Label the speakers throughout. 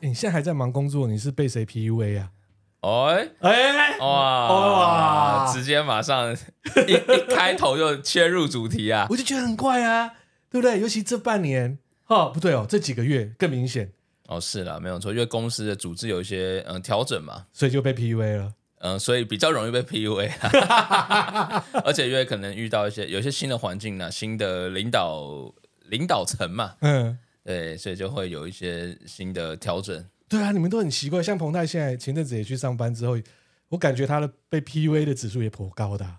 Speaker 1: 现在还在忙工作，你是被谁 PUA 啊？
Speaker 2: 哎、
Speaker 1: 哎、
Speaker 2: 哇
Speaker 1: 哇
Speaker 2: 直接 马上一一开头就切入主题啊！
Speaker 1: 我就觉得很怪啊，对不对？尤其这半年，哦，不对哦，这几个月更明显，
Speaker 2: 哦，是啦，没有错，因为公司的组织有一些嗯调整嘛，
Speaker 1: 所以就被 PUA 了。
Speaker 2: 嗯，所以比较容易被 PUA，啊 而且因为可能遇到一些有一些新的环境啊，新的领导领导层嘛，
Speaker 1: 嗯，
Speaker 2: 对，所以就会有一些新的调整。
Speaker 1: 对啊，你们都很奇怪。像彭泰现在前阵子也去上班之后，我感觉他的被 PUA 的指数也颇高的啊、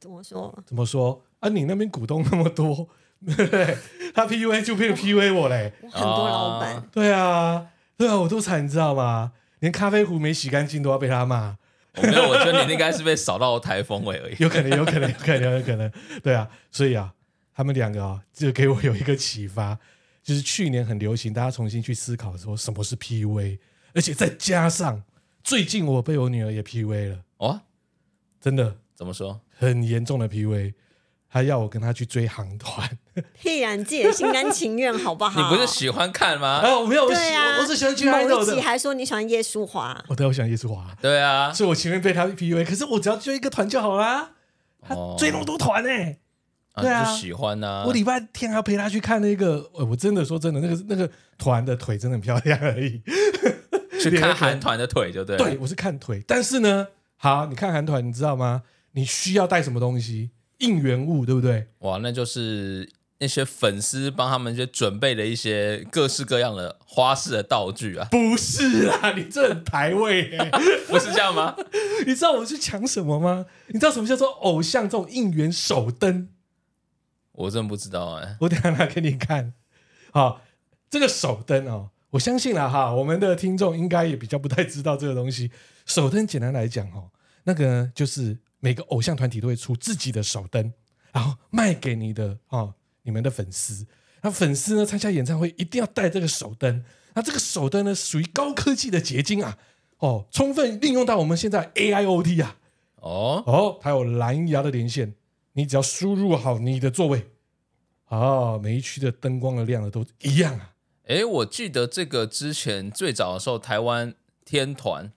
Speaker 3: 怎么说？
Speaker 1: 怎么说啊？你那边股东那么多，对不对？他 PUA 就变 PUA 我嘞。
Speaker 3: 我很多老板、
Speaker 2: 哦
Speaker 1: 对啊，对啊，我多惨，你知道吗？连咖啡壶没洗干净都要被他骂，
Speaker 2: 我没有，我觉得你应该是被扫到台风尾 而已。
Speaker 1: 有可能，有可能，有可能，有可能。对啊，所以啊，他们两个啊，就给我有一个启发，就是去年很流行，大家重新去思考说什么是 PUA，而且再加上最近我被我女儿也 PUA 了，
Speaker 2: 哦，
Speaker 1: 真的
Speaker 2: 怎么说？
Speaker 1: 很严重的 PUA，她要我跟她去追航团。
Speaker 3: 必然自己的心甘情愿，好不好？
Speaker 2: 你不是喜欢看吗？
Speaker 1: 啊，我没有，我喜
Speaker 3: 对啊，
Speaker 1: 我只喜欢去
Speaker 3: 某
Speaker 1: idol
Speaker 3: 一集
Speaker 1: 的。
Speaker 3: 还说你喜欢叶舒华，
Speaker 1: 我对我喜欢叶舒华，
Speaker 2: 对啊，
Speaker 1: 所以我前面被他 PUA，可是我只要追一个团就好啦。他
Speaker 2: 哦
Speaker 1: 追那么多团呢、对啊
Speaker 2: 就喜欢呐、啊。
Speaker 1: 我礼拜天还要陪他去看那个，呃我真的说真的，那个那个团的腿真的很漂亮而已。
Speaker 2: 去看韩团的腿就对了。
Speaker 1: 对，我是看腿，但是呢，好，你看韩团，你知道吗？你需要带什么东西？应援物，对不对？
Speaker 2: 哇，那就是那些粉丝帮他们就准备了一些各式各样的花式的道具啊，
Speaker 1: 不是啦，你这很排位、欸。
Speaker 2: 不是这样吗？
Speaker 1: 你知道我去抢什么吗？你知道什么叫做偶像这种应援手灯？
Speaker 2: 我真不知道哎、
Speaker 1: 我等一下拿给你看。 好，这个手灯哦，我相信了哈，我们的听众应该也比较不太知道这个东西。手灯简单来讲哦，那个就是每个偶像团体都会出自己的手灯，然后卖给你的哦，你们的粉丝。那粉丝呢参加演唱会一定要带这个手灯，那这个手灯呢属于高科技的结晶啊，哦，充分利用到我们现在 AIoT 啊，
Speaker 2: 哦，
Speaker 1: 哦，它有蓝牙的连线，你只要输入好你的座位，哦，每一区的灯光的亮的都一样啊。
Speaker 2: 哎，我记得这个之前最早的时候，台湾天团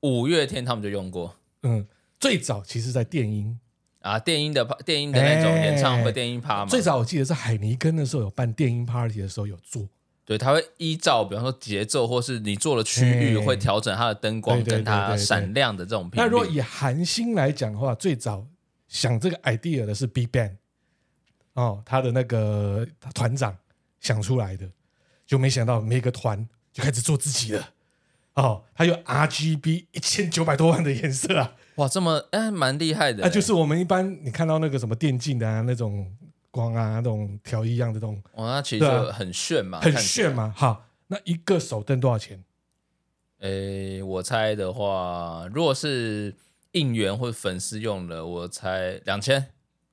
Speaker 2: 五月天他们就用过
Speaker 1: 嗯，最早其实在电音，
Speaker 2: 啊，电音的电音的那种
Speaker 1: 哎
Speaker 2: 演唱会、电音趴嘛。
Speaker 1: 最早我记得是海尼根的时候有办电音 party 的时候有做，
Speaker 2: 对，它会依照比方说节奏或是你做的区域，
Speaker 1: 哎
Speaker 2: 会调整它的灯光
Speaker 1: 对对
Speaker 2: 跟它
Speaker 1: 对对对
Speaker 2: 闪亮的这种频
Speaker 1: 那如果
Speaker 2: 率。
Speaker 1: 以韩星来讲的话，最早想这个 idea 的是 B Ban，哦，他的那个团长想出来的，就没想到每个团就开始做自己的，哦，他有 RGB 一千九百多万的颜色啊，
Speaker 2: 哇，这么哎，蛮厉害的。
Speaker 1: 啊，就是我们一般你看到那个什么电竞的啊，那种光啊，那种调一样的那种，
Speaker 2: 哇，那其实
Speaker 1: 对
Speaker 2: 就
Speaker 1: 啊
Speaker 2: 很炫嘛，
Speaker 1: 很
Speaker 2: 看起来
Speaker 1: 炫。嘛。好，那一个手灯多少钱？
Speaker 2: 诶，我猜的话，如果是应援或者粉丝用的，我猜两千。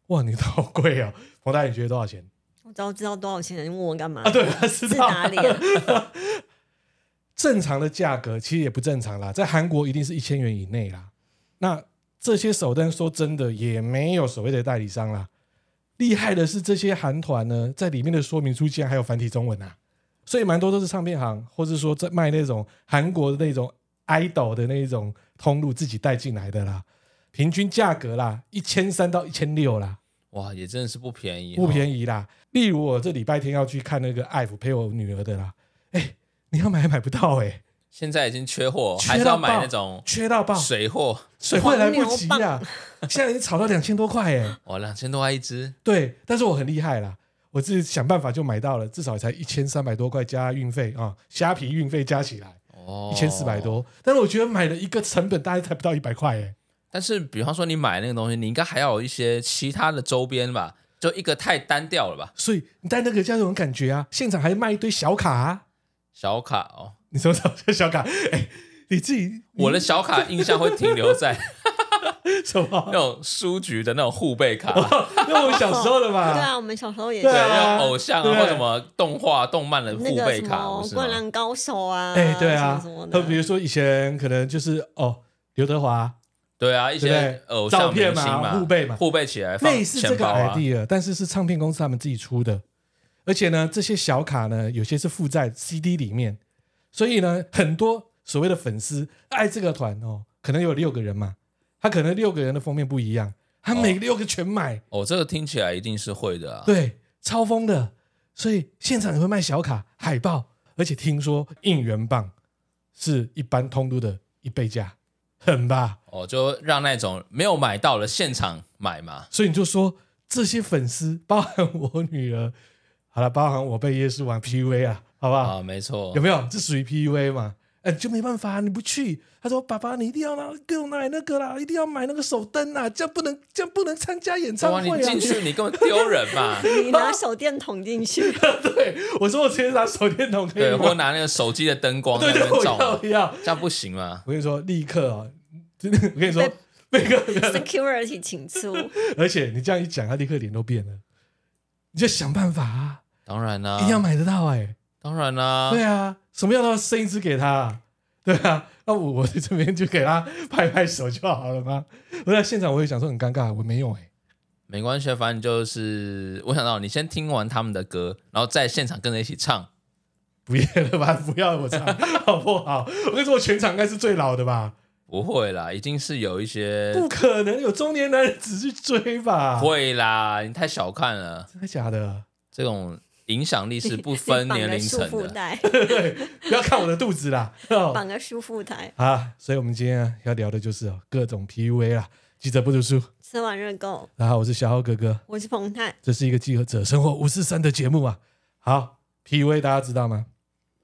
Speaker 1: 哇，你都好贵哦！彭大，你觉得多少 钱
Speaker 3: 我早知道多少钱了，你问我干嘛？
Speaker 1: 啊？对，啊，知
Speaker 3: 是
Speaker 1: 道
Speaker 3: 哪里、啊？
Speaker 1: 正常的价格其实也不正常啦，在韩国一定是一千元以内啦。那这些手灯说真的也没有所谓的代理商啦。厉害的是这些韩团呢，在里面的说明书竟然还有繁体中文啊，所以蛮多都是唱片行，或是说在卖那种韩国的那种 idol 的那种通路自己带进来的啦。平均价格啦，一千三到一千六啦，
Speaker 2: 哇，也真的是不便宜，哦
Speaker 1: 不
Speaker 2: 宜。
Speaker 1: 便宜啦。例如我这礼拜天要去看那个 IVE 陪我女儿的啦，哎、你要买还买不到哎、
Speaker 2: 现在已经缺货，
Speaker 1: 缺到
Speaker 2: 还是要买
Speaker 1: 爆
Speaker 2: 那种
Speaker 1: 缺到爆，
Speaker 2: 水货。
Speaker 1: 水会来不及啊！ 现在已经炒到两千多块耶。
Speaker 2: 哇，两千多块一只，
Speaker 1: 对，但是我很厉害啦，我自己想办法就买到了，至少才一千三百多块加运费啊，虾皮运费加起来
Speaker 2: 哦，
Speaker 1: 一千四百。多。但是我觉得买了一个成本大概才不到一百块耶。
Speaker 2: 但是，比方说你买那个东西，你应该还要有一些其他的周边吧？就一个太单调了吧？
Speaker 1: 所以你带那个叫什么感觉啊？现场还卖一堆小卡、啊，
Speaker 2: 小卡哦，
Speaker 1: 你什么时候叫小卡？ 哎，你自己
Speaker 2: 我的小卡印象会停留 在
Speaker 1: 什么
Speaker 2: 那？种书局的那种护贝卡，
Speaker 1: 那我 小时候的嘛。
Speaker 3: 对啊，我们小时候也
Speaker 1: 哦对
Speaker 2: 对，
Speaker 1: 啊
Speaker 2: 那种偶像啊
Speaker 1: 对
Speaker 2: 或什么动画、动漫的
Speaker 3: 那
Speaker 2: 护
Speaker 3: 个
Speaker 2: 贝
Speaker 3: 什
Speaker 2: 卡，
Speaker 3: 么
Speaker 2: 不
Speaker 3: 《
Speaker 2: 是
Speaker 3: 灌
Speaker 2: 吗？
Speaker 3: 篮高手》啊，
Speaker 1: 哎，对啊
Speaker 3: 什么什么，
Speaker 1: 那比
Speaker 3: 的。
Speaker 1: 如说以前可能就是哦，刘德华
Speaker 2: 对啊，一
Speaker 1: 对
Speaker 2: 些
Speaker 1: 不对
Speaker 2: 偶
Speaker 1: 照
Speaker 2: 像
Speaker 1: 片
Speaker 2: 明
Speaker 1: 嘛
Speaker 2: 星
Speaker 1: 护贝嘛
Speaker 2: 护贝起来放
Speaker 1: 类似这
Speaker 2: 钱
Speaker 1: 个
Speaker 2: 包啊。
Speaker 1: idea，但是是唱片公司他们自己出的，而且呢，这些小卡呢，有些是附在 CD 里面，所以呢，很多所谓的粉丝爱这个团哦，可能有六个人嘛，他可能六个人的封面不一样，他每六个全买，
Speaker 2: 哦，这个听起来一定是会的啊。
Speaker 1: 对，超疯的。所以现场也会卖小卡、海报，而且听说应援棒是一般通路的一倍价，很吧？
Speaker 2: 哦，就让那种没有买到的现场买嘛。
Speaker 1: 所以你就说这些粉丝，包含我女儿， 好了，包含我被耶稣玩 PUA 啊，好不好？
Speaker 2: 啊，没错
Speaker 1: 有。没有？这属于 PUA 嘛？哎、就没办法、你不去。他说：“爸爸，你一定要拿给我买那个啦，一定要买那个手灯啦，这样不能，这样不能参加演唱
Speaker 2: 哇，
Speaker 1: 会啊！”
Speaker 2: 你进去你根本丢人嘛。
Speaker 3: 你拿手电筒进去，
Speaker 1: 对， 我说我直接拿手电筒可以
Speaker 2: 对，
Speaker 1: 吗？
Speaker 2: 或拿那个手机的灯光在
Speaker 1: 对
Speaker 2: 那
Speaker 1: 对，我要
Speaker 2: 边照啊嘛，
Speaker 1: 我要。
Speaker 2: 这样不行嘛。
Speaker 1: 我跟你说，立刻啊、真的， 我跟你 说，那个，
Speaker 3: security 请出，
Speaker 1: 而且你这样一讲，他立刻脸都变了。你就想办法啊，
Speaker 2: 当然啦、
Speaker 1: 一定要买得到哎、
Speaker 2: 当然啦、
Speaker 1: 对啊，什么样都要生一支给他、啊， 对啊。那我我在这边就给他拍拍手就好了吗？我在现场我也想说很尴尬，我没有哎、
Speaker 2: 没关系，啊反正就是我想到你先听完他们的歌，然后在现场跟着一起唱。
Speaker 1: 不要了吧，不要我唱好不好？我跟你说，我全场应该是最老的吧？
Speaker 2: 不会啦，一定是有一些
Speaker 1: 不可能有中年男人只去追吧？
Speaker 2: 会啦，你太小看了，
Speaker 1: 真的假的？
Speaker 2: 这种影响力是不
Speaker 3: 你
Speaker 2: 分
Speaker 3: 绑
Speaker 2: 年
Speaker 3: 个
Speaker 2: 龄
Speaker 3: 束
Speaker 2: 层
Speaker 3: 缚
Speaker 2: 的。
Speaker 3: 带，
Speaker 1: 对，不要看我的肚子啦。 哦
Speaker 3: 绑个束缚带，
Speaker 1: 啊，所以我们今天要聊的就是哦各种 PUA 啦。记者不读书，
Speaker 3: 吃完热狗。
Speaker 1: 大家好，我是小浩哥哥，
Speaker 3: 我是彭泰，
Speaker 1: 这是一个集合者生活五四三的节目啊。好，PUA 大家知道吗？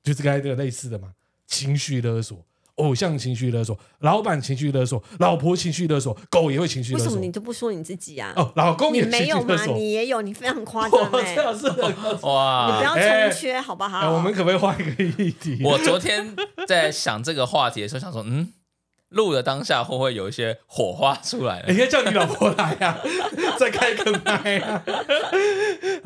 Speaker 1: 就是刚才这个类似的嘛，情绪勒索。偶像情绪勒索，老板情绪勒索，老婆情绪勒索，狗也会情绪
Speaker 3: 为
Speaker 1: 勒
Speaker 3: 什么
Speaker 1: 索
Speaker 3: 你。就不说你自己啊？
Speaker 1: 哦，老公
Speaker 3: 你
Speaker 1: 也情
Speaker 3: 没
Speaker 1: 绪
Speaker 3: 有
Speaker 1: 勒
Speaker 3: 吗？
Speaker 1: 索。
Speaker 3: 你也有，你非常夸张
Speaker 1: 我
Speaker 3: 哎、
Speaker 1: 这样是很夸张、
Speaker 3: 你不
Speaker 2: 哇！
Speaker 3: 要
Speaker 1: 哎
Speaker 3: 重缺好不好？
Speaker 1: 哎我们可不可以换一个议题？
Speaker 2: 我昨天在想这个话题的时候，想说，嗯，录的当下会不会有一些火花出来
Speaker 1: 哎
Speaker 2: 了？
Speaker 1: 应该叫 你老婆来啊， 再开个麦啊！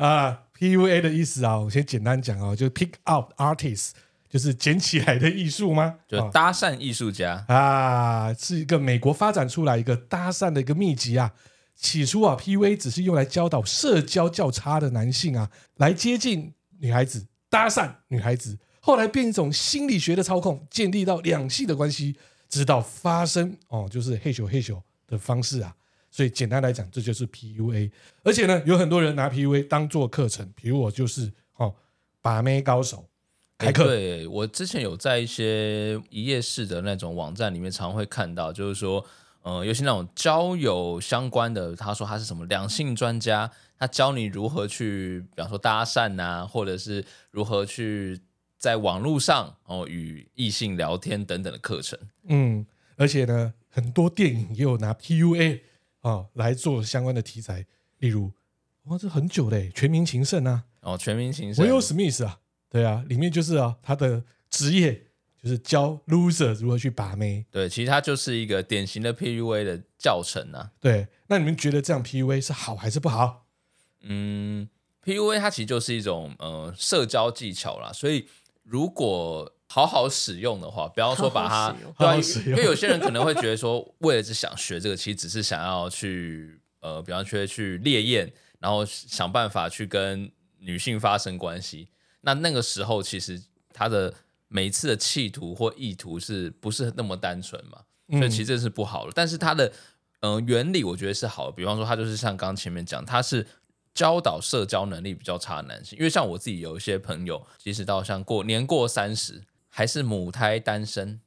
Speaker 1: 啊，PUA 的意思啊，我先简单讲哦，就是 pick up artist，就是捡起来的艺术吗？
Speaker 2: 就
Speaker 1: 啊
Speaker 2: 搭讪艺术家，
Speaker 1: 啊，是一个美国发展出来一个搭讪的一个秘籍啊。起初啊，PUA 只是用来教导社交较差的男性啊，来接近女孩子，搭讪女孩子。后来变一种心理学的操控，建立到两性的关系，直到发生哦，就是嘿咻嘿咻的方式啊。所以简单来讲，这就是 PUA。而且呢，有很多人拿 PUA 当做课程，比如我就是哦，把妹高手
Speaker 2: 哎
Speaker 1: 凯克，
Speaker 2: 对我之前有在一些一页式的那种网站里面，常会看到，就是说，呃，尤其那种交友相关的，他说他是什么两性专家，他教你如何去，比方说搭讪啊，或者是如何去在网络上哦与异性聊天等等的课程。
Speaker 1: 嗯，而且呢，很多电影也有拿 PUA 哦来做相关的题材，例如哇，这很久嘞，《全民情圣》啊，
Speaker 2: 哦，全民情圣
Speaker 1: 我有 Smith 啊，对啊，里面就是啊，他的职业就是教 loser 如何去把妹。
Speaker 2: 对，其实它就是一个典型的 PUA 的教程啊。
Speaker 1: 对，那你们觉得这样 PUA 是好还是不好？
Speaker 2: 嗯，PUA 它其实就是一种呃社交技巧啦，所以如果好好使用的话，不要说把它对
Speaker 3: 好好使用
Speaker 2: 啊
Speaker 1: 好好使用
Speaker 2: 因为有些人可能会觉得说，为了只想学这个，其实只是想要去呃，比方说去烈焰，然后想办法去跟女性发生关系。那那个时候，其实他的每一次的企图或意图是不是那么单纯嘛？所以
Speaker 1: 嗯
Speaker 2: 其实这是不好的。但是它的嗯、呃原理我觉得是好的，比方说它就是像刚前面讲，它是教导社交能力比较差的男性，因为像我自己有一些朋友，即使到像过年过三十。还是母胎单身，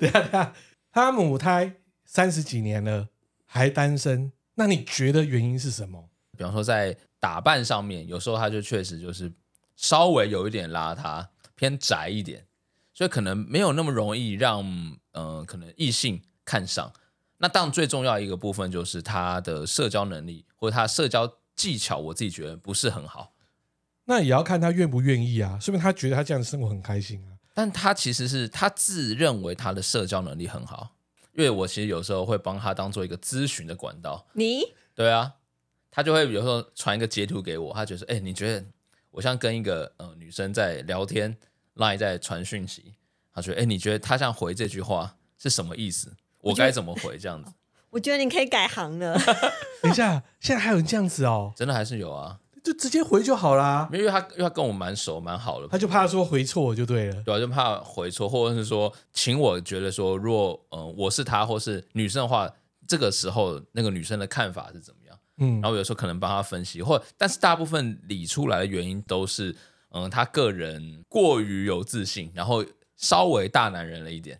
Speaker 1: 对啊，对啊，他母胎三十几年了还单身，那你觉得原因是什么？
Speaker 2: 比方说在打扮上面，有时候他就确实就是稍微有一点邋遢，偏宅一点，所以可能没有那么容易让嗯、呃可能异性看上。那当然最重要一个部分就是他的社交能力或者他社交技巧，我自己觉得不是很好。
Speaker 1: 那也要看他愿不愿意啊，说明他觉得他这样的生活很开心啊。
Speaker 2: 但他其实是他自认为他的社交能力很好，因为我其实有时候会帮他当做一个咨询的管道。
Speaker 3: 你
Speaker 2: 对啊，他就会有时候传一个截图给我，他觉得说，哎、你觉得我像跟一个呃女生在聊天，line 在传讯息，他觉得，哎、你觉得他像回这句话是什么意思？我该怎么回？这样子
Speaker 3: 我觉得你可以改行了，
Speaker 1: 等一下，现在还有人这样子哦，
Speaker 2: 真的还是有啊，
Speaker 1: 就直接回就好啦。
Speaker 2: 因为他因为他跟我蛮熟蛮好的，
Speaker 1: 他就怕说回错就对了。
Speaker 2: 对啊，就怕回错，或者是说，请我觉得说，若呃我是他或是女生的话，这个时候那个女生的看法是怎么样？
Speaker 1: 嗯
Speaker 2: 然后有时候可能帮他分析，或但是大部分理出来的原因都是，嗯、他个人过于有自信，然后稍微大男人了一点，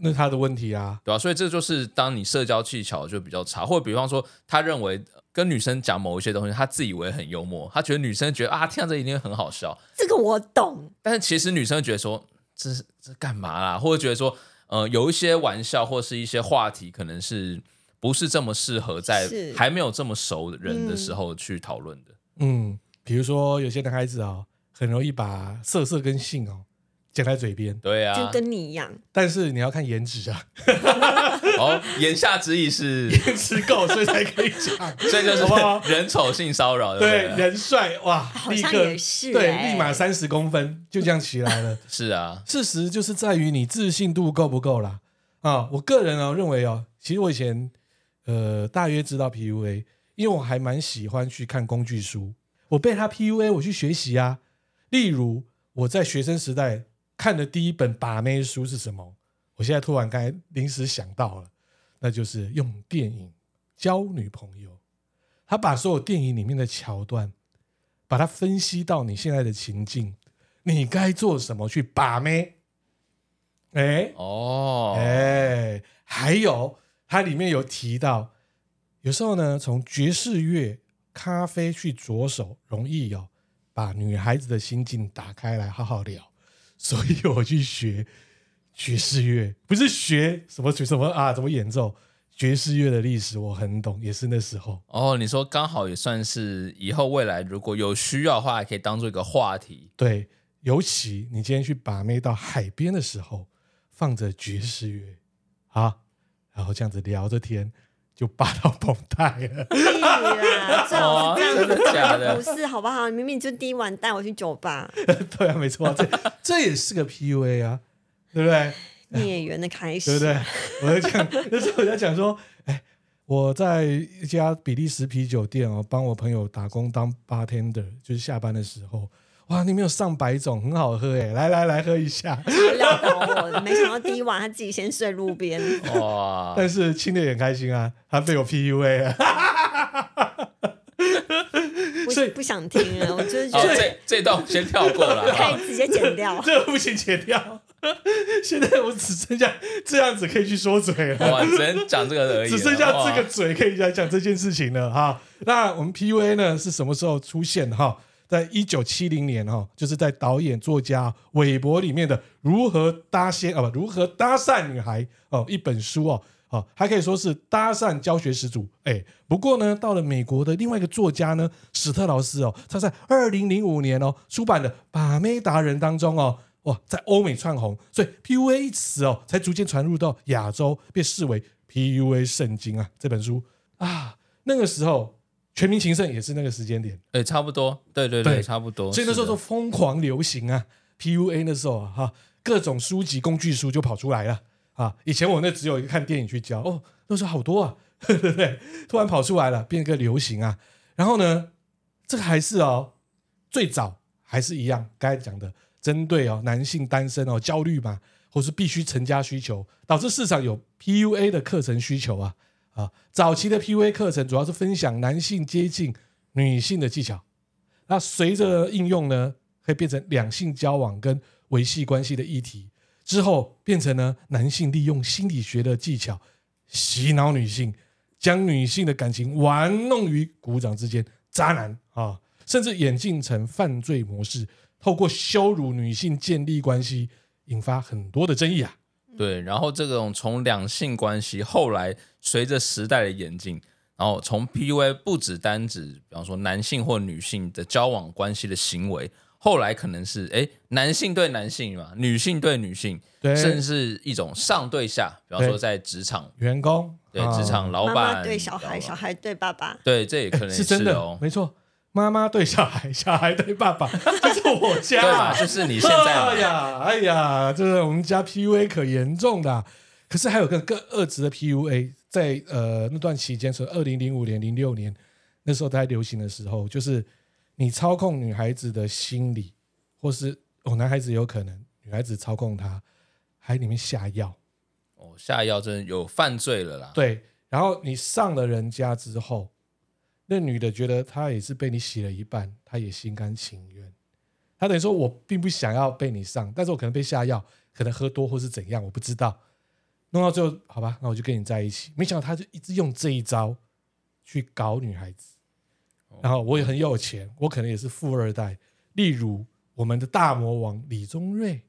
Speaker 1: 那他的问题啊，
Speaker 2: 对吧、所以这就是当你社交技巧就比较差，或者比方说他认为呃跟女生讲某一些东西，他自以为很幽默，他觉得女生觉得啊，听到这一定很好笑，
Speaker 3: 这个我懂，
Speaker 2: 但是其实女生会觉得说这是这干嘛啦，或者觉得说呃有一些玩笑或是一些话题可能是不是这么适合在
Speaker 3: 是
Speaker 2: 还没有这么熟的人的时候去讨论的。
Speaker 1: 嗯，比如说有些男孩子哦，很容易把色色跟性哦讲在嘴边，
Speaker 2: 对啊，
Speaker 3: 就跟你一样，
Speaker 1: 但是你要看颜值啊，
Speaker 2: 哦，言下之意 是，
Speaker 1: 颜值够，所以才可以讲。
Speaker 2: 这就是
Speaker 1: 好不好
Speaker 2: 人丑性骚扰，
Speaker 1: 对
Speaker 2: 对，不对？
Speaker 1: 人帅哇，
Speaker 3: 好
Speaker 1: 立
Speaker 3: 像
Speaker 1: 刻
Speaker 3: 也是
Speaker 1: 对，
Speaker 3: 欸
Speaker 1: 立马三十公分就这样起来了。
Speaker 2: 是啊，
Speaker 1: 事实就是在于你自信度够不够啦。啊，我个人哦认为哦，其实我以前呃大约知道 PUA，因为我还蛮喜欢去看工具书，我被他 PUA，我去学习啊。例如我在学生时代看的第一本把妹书是什么？我现在突然刚才临时想到了，那就是用电影交女朋友。他把所有电影里面的桥段，把它分析到你现在的情境，你该做什么去把妹？哎
Speaker 2: 哦，
Speaker 1: 哎，还有它里面有提到，有时候呢，从爵士乐、咖啡去着手，容易哦，把女孩子的心境打开来好好聊。所以我去学爵士乐，不是学什么学什么啊，怎么演奏爵士乐的历史，我很懂，也是那时候。
Speaker 2: 哦，你说刚好也算是以后未来如果有需要的话，还可以当做一个话题。
Speaker 1: 对，尤其你今天去把妹到海边的时候，放着爵士乐啊，然后这样子聊着天，就霸到绷带了。
Speaker 3: 屁啦，最
Speaker 2: 哦
Speaker 3: 好哎是这样子，
Speaker 2: 真的假的
Speaker 3: 不是好不好？你明明就第一晚带我去酒 吧，
Speaker 1: 对啊，没错啊、这这也是个 PUA 啊，对不对？
Speaker 3: 孽缘的开
Speaker 1: 对
Speaker 3: 始，
Speaker 1: 不对？我在讲，那时候我在讲说，哎，我在一家比利时啤酒店哦，帮我朋友打工当 bartender，就是下班的时候，哇，里面有上百种，很好喝哎，来来来喝一下。
Speaker 3: 撂倒我，没想到第一晚他自己先睡路边，
Speaker 2: 哇，
Speaker 1: 但是青烈也很开心啊，他被我 PUA 了。所以。
Speaker 3: 不不想听了，我就是觉
Speaker 2: 哦，
Speaker 3: 得
Speaker 2: 这这段我们先跳过 了。
Speaker 3: 可
Speaker 2: 好
Speaker 3: 以直接剪掉
Speaker 1: 这个不行，剪掉。现在我只剩下这样子可以去说嘴了，
Speaker 2: 哇，只能讲这个而已了，啊
Speaker 1: 只剩下这个
Speaker 2: 哇
Speaker 1: 嘴可以来讲这件事情了哈。那我们 PUA 呢是什么时候出现的哈？在一九七零年哈，就是在导演作家韦伯里面的《如何搭仙》啊不，如何搭讪女孩哦一本书哦。哦，还可以说是搭讪教学始祖。哎，不过呢，到了美国的另外一个作家呢，史特劳斯哦，他在二零零五年哦出版的《把妹达人》当中哦，哇，在欧美窜红，所以 PUA 一词哦，才逐渐传入到亚洲，被视为 PUA 圣经啊。这本书啊，那个时候全民情圣也是那个时间点，
Speaker 2: 哎、差不多，对对对，
Speaker 1: 对
Speaker 2: 差不多。
Speaker 1: 所以那时候
Speaker 2: 是
Speaker 1: 就
Speaker 2: 的
Speaker 1: 疯狂流行啊，PUA 那时候啊，哈，各种书籍、工具书就跑出来了啊。以前我那只有看电影去教哦，那时候好多啊， 对不对？突然跑出来了，变成一个流行啊。然后呢，这个还是哦，最早还是一样，刚才讲的，针对哦男性单身哦焦虑嘛，或是必须成家需求，导致市场有 PUA 的课程需求啊啊。早期的 PUA 课程主要是分享男性接近女性的技巧。那随着应用呢，可以变成两性交往跟维系关系的议题，之后变成呢男性利用心理学的技巧洗脑女性，将女性的感情玩弄于股掌之间，渣男啊，甚至演进成犯罪模式，透过羞辱女性建立关系，引发很多的争议啊。
Speaker 2: 对，然后这种从两性关系，后来随着时代的演进，然后从 PUA 不只单指，比方说男性或女性的交往关系的行为，后来可能是哎、男性对男性嘛，女性对女性，
Speaker 1: 对
Speaker 2: 甚至一种上对下，比方
Speaker 1: 对
Speaker 2: 说在职场，
Speaker 1: 员工
Speaker 2: 对
Speaker 1: 啊
Speaker 2: 职场老
Speaker 3: 妈
Speaker 2: 板
Speaker 3: 妈对小孩，
Speaker 2: 老板
Speaker 3: 小孩对爸爸，
Speaker 2: 对，这也可能
Speaker 1: 哎
Speaker 2: 也
Speaker 1: 是真的，
Speaker 2: 哦。
Speaker 1: 没错。妈妈对小孩，小孩对爸 爸，这是我家、啊
Speaker 2: 对嘛？就是你现在啊嘛
Speaker 1: 哎呀，哎呀，这个我们家 PUA 可严重的啊、可是还有个更恶质的 PUA，在呃那段期间，从二零零五年、零六年那时候大家流行的时候，就是你操控女孩子的心理，或是哦，男孩子有可能，女孩子操控他，还里面下药，
Speaker 2: 哦，下药真的有犯罪了啦。，
Speaker 1: 对，然后你上了人家之后，那女的觉得她也是被你洗了一半，她也心甘情愿。她等于说我并不想要被你上，但是我可能被下药，可能喝多或是怎样，我不知道。弄到最后，好吧，那我就跟你在一起。没想到他就一直用这一招去搞女孩子，然后我也很有钱，我可能也是富二代。例如我们的大魔王李宗瑞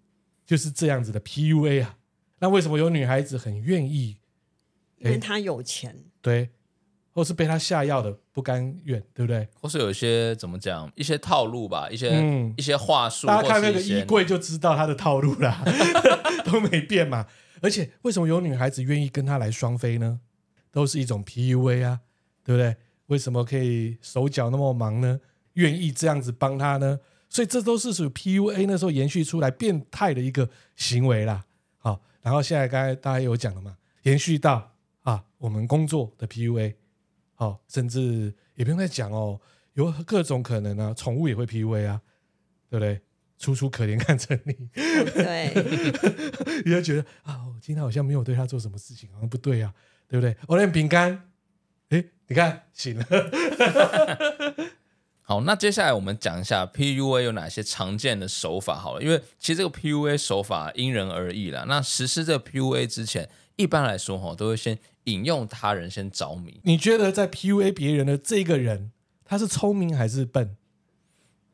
Speaker 1: 就是这样子的 PUA 啊。那为什么有女孩子很愿意哎
Speaker 3: 因为他有钱，
Speaker 1: 对，或是被他下药的不甘愿，对不对？
Speaker 2: 或是有一些怎么讲，一些套路吧，一些、
Speaker 1: 嗯
Speaker 2: 一些话术，
Speaker 1: 大家看那
Speaker 2: 或是
Speaker 1: 个
Speaker 2: 一些
Speaker 1: 衣柜就知道他的套路啦， 都没变嘛。而且为什么有女孩子愿意跟他来双飞呢？都是一种 PUA 啊，对不对？为什么可以手脚那么忙呢？愿意这样子帮他呢？所以这都是属于 PUA 那时候延续出来变态的一个行为啦。好，然后现在刚才大家有讲了嘛，延续到啊我们工作的 PUA，好，甚至也不用再讲哦，有各种可能啊，宠物也会 PUA 啊，对不对？楚楚可怜看着你，
Speaker 3: 对，
Speaker 1: 你就觉得啊，我今天好像没有对他做什么事情，好像不对啊，对不对？我连饼干，哎，你看醒了，
Speaker 2: 好，那接下来我们讲一下 PUA 有哪些常见的手法好了，因为其实这个 PUA 手法因人而异啦。那实施这个 PUA 之前，一般来说哈，都会先引诱他人先着迷。
Speaker 1: 你觉得在 PUA 别人的这个人，他是聪明还是笨？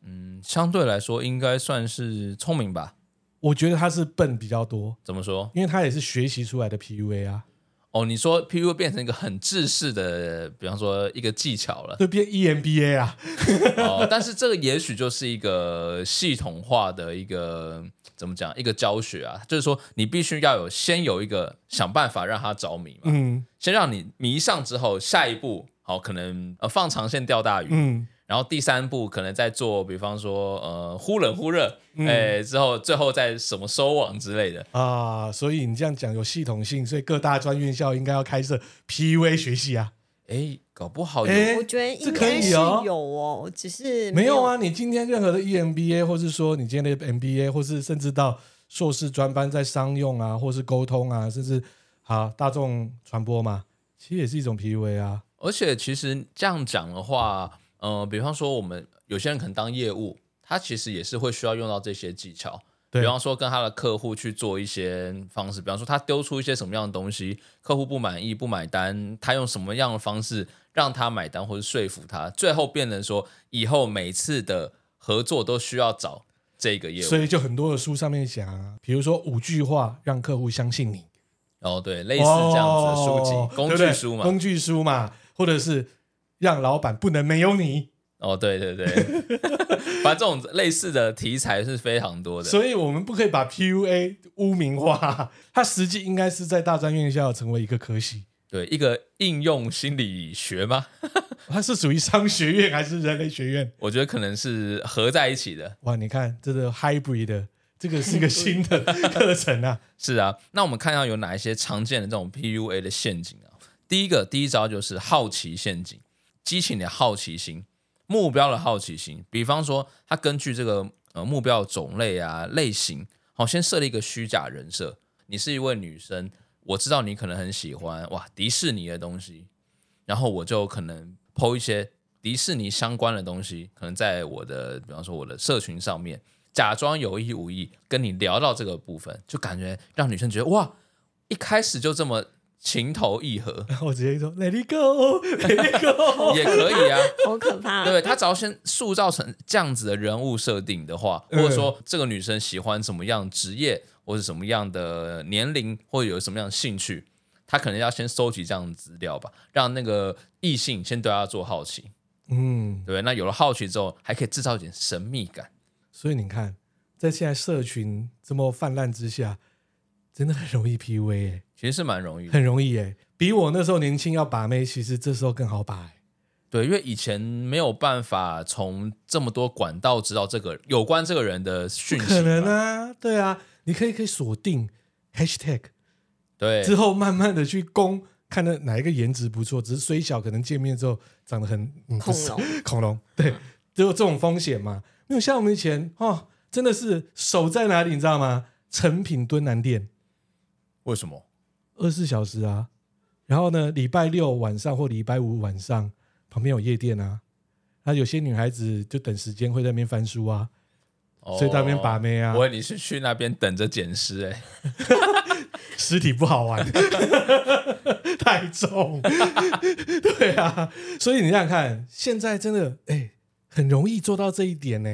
Speaker 2: 嗯，相对来说应该算是聪明吧？
Speaker 1: 我觉得他是笨比较多，
Speaker 2: 怎么说？
Speaker 1: 因为他也是学习出来的 PUA 啊，
Speaker 2: 哦，你说 PUA 变成一个很制式的，比方说一个技巧了。
Speaker 1: 就变 EMBA 啊，
Speaker 2: 哦，但是这个也许就是一个系统化的一个怎么讲一个教学啊，就是说你必须要有先有一个想办法让他着迷嘛，
Speaker 1: 嗯
Speaker 2: 先让你迷上之后，下一步好可能呃放长线钓大鱼，
Speaker 1: 嗯，
Speaker 2: 然后第三步可能再做，比方说呃忽冷忽热，哎、
Speaker 1: 嗯
Speaker 2: 之后最后再什么收网之类的。
Speaker 1: 啊，所以你这样讲有系统性，所以各大专院校应该要开设 PUA 学系啊。
Speaker 2: 哎，搞不好有、
Speaker 1: 哎
Speaker 3: 我觉得
Speaker 1: 这
Speaker 3: 应
Speaker 1: 可以
Speaker 3: 该是
Speaker 1: 哦
Speaker 3: 有哦，只是
Speaker 1: 没有啊，，你今天任何的 EMBA，或是说你今天的 MBA，或是甚至到硕士专班在商用啊，或是沟通啊，甚至啊大众传播嘛，其实也是一种 PUA 啊。
Speaker 2: 而且其实这样讲的话，呃，比方说我们有些人可能当业务，他其实也是会需要用到这些技巧。
Speaker 1: 对
Speaker 2: 比方说跟他的客户去做一些方式，比方说他丢出一些什么样的东西，客户不满意不买单，他用什么样的方式让他买单或者说服他，最后变成说以后每次的合作都需要找这个业务
Speaker 1: 所。以就很多的书上面讲啊，比如说五句话让客户相信你，
Speaker 2: 哦，对，类似这样子的书籍、
Speaker 1: 哦
Speaker 2: 工
Speaker 1: 对不对
Speaker 2: 具书嘛。
Speaker 1: 工具书嘛，或者是让老板不能没有你。
Speaker 2: 哦，对对 对，反正这种类似的题材是非常多的。
Speaker 1: 所以我们不可以把 PUA 污名化，它实际应该是在大专院校成为一个科系。
Speaker 2: 对，一个应用心理学吗？
Speaker 1: 它是属于商学院还是人类学院？
Speaker 2: 我觉得可能是合在一起的。
Speaker 1: 哇，你看这个 hybrid 的，这个 是一个新的课程啊。
Speaker 2: 是啊，那我们看到有哪一些常见的这种 PUA 的陷阱啊？第一个，第一招就是好奇陷阱，激起你的好奇心，目标的好奇心。比方说，他根据这个呃目标的种类啊、类型，好、先设立一个虚假人设，你是一位女生，我知道你可能很喜欢哇迪士尼的东西，然后我就可能剖一些迪士尼相关的东西，可能在我的比方说我的社群上面，假装有意无意跟你聊到这个部分，就感觉让女生觉得哇，一开始就这么情投意合
Speaker 1: 我直接说 Let it go，Let it go。
Speaker 2: 也可以啊。
Speaker 3: 好可怕，
Speaker 2: 对他只要先塑造成这样子的人物设定的话，
Speaker 1: 嗯
Speaker 2: 或者说这个女生喜欢什么样的职业，或者什么样的年龄，或者有什么样的兴趣，他可能要先收集这样的资料吧，让那个异性先对他做好奇，
Speaker 1: 嗯
Speaker 2: 对，不对？那有了好奇之后，还可以制造一点神秘感。
Speaker 1: 所以你看，在现在社群这么泛滥之下，真的很容易 PUA，、欸、
Speaker 2: 其实是蛮容易的，
Speaker 1: 很容易哎、比我那时候年轻要把妹，其实这时候更好把、欸。
Speaker 2: 对，因为以前没有办法从这么多管道知道这个有关这个人的讯息，
Speaker 1: 可能，啊，对啊，你可以可以锁定 hashtag
Speaker 2: 对，
Speaker 1: 之后，慢慢的去攻，看的哪一个颜值不错，只是虽小，可能见面之后长得很、嗯、不
Speaker 3: 恐
Speaker 1: 是
Speaker 3: 龙
Speaker 1: 恐龙对，只有这种风险嘛。没有像我们以前哦，真的是守在哪里，你知道吗？成品敦南店
Speaker 2: 为什么？
Speaker 1: 二十四小时啊，然后呢，礼拜六晚上或礼拜五晚上旁边有夜店啊，那有些女孩子就等时间会在那边翻书啊，
Speaker 2: 哦
Speaker 1: 所以在那边把妹啊
Speaker 2: 我以为你是去那边等着捡尸哎、
Speaker 1: 尸体不好玩， 太重。 对啊，所以你想想看，现在真的哎、很容易做到这一点呢、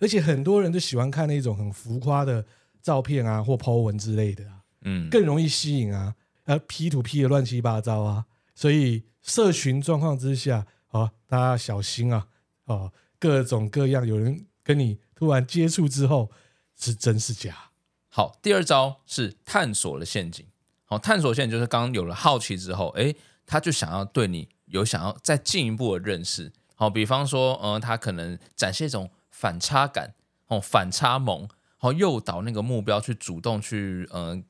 Speaker 1: 而且很多人就喜欢看那种很浮夸的照片啊，或 Po 文之类的啊，
Speaker 2: 嗯，
Speaker 1: 更容易吸引啊，呃，P 图 P 的乱七八糟啊。所以社群状况之下，啊，大家小心啊，哦、各种各样，有人跟你突然接触之后，是真是假？
Speaker 2: 好，第二招是探索的陷阱。好，探索陷阱就是刚刚有了好奇之后，诶，他就想要对你有想要再进一步的认识。好，比方说，嗯、他可能展现一种反差感，哦，反差萌，好，诱导那个目标去主动去，嗯、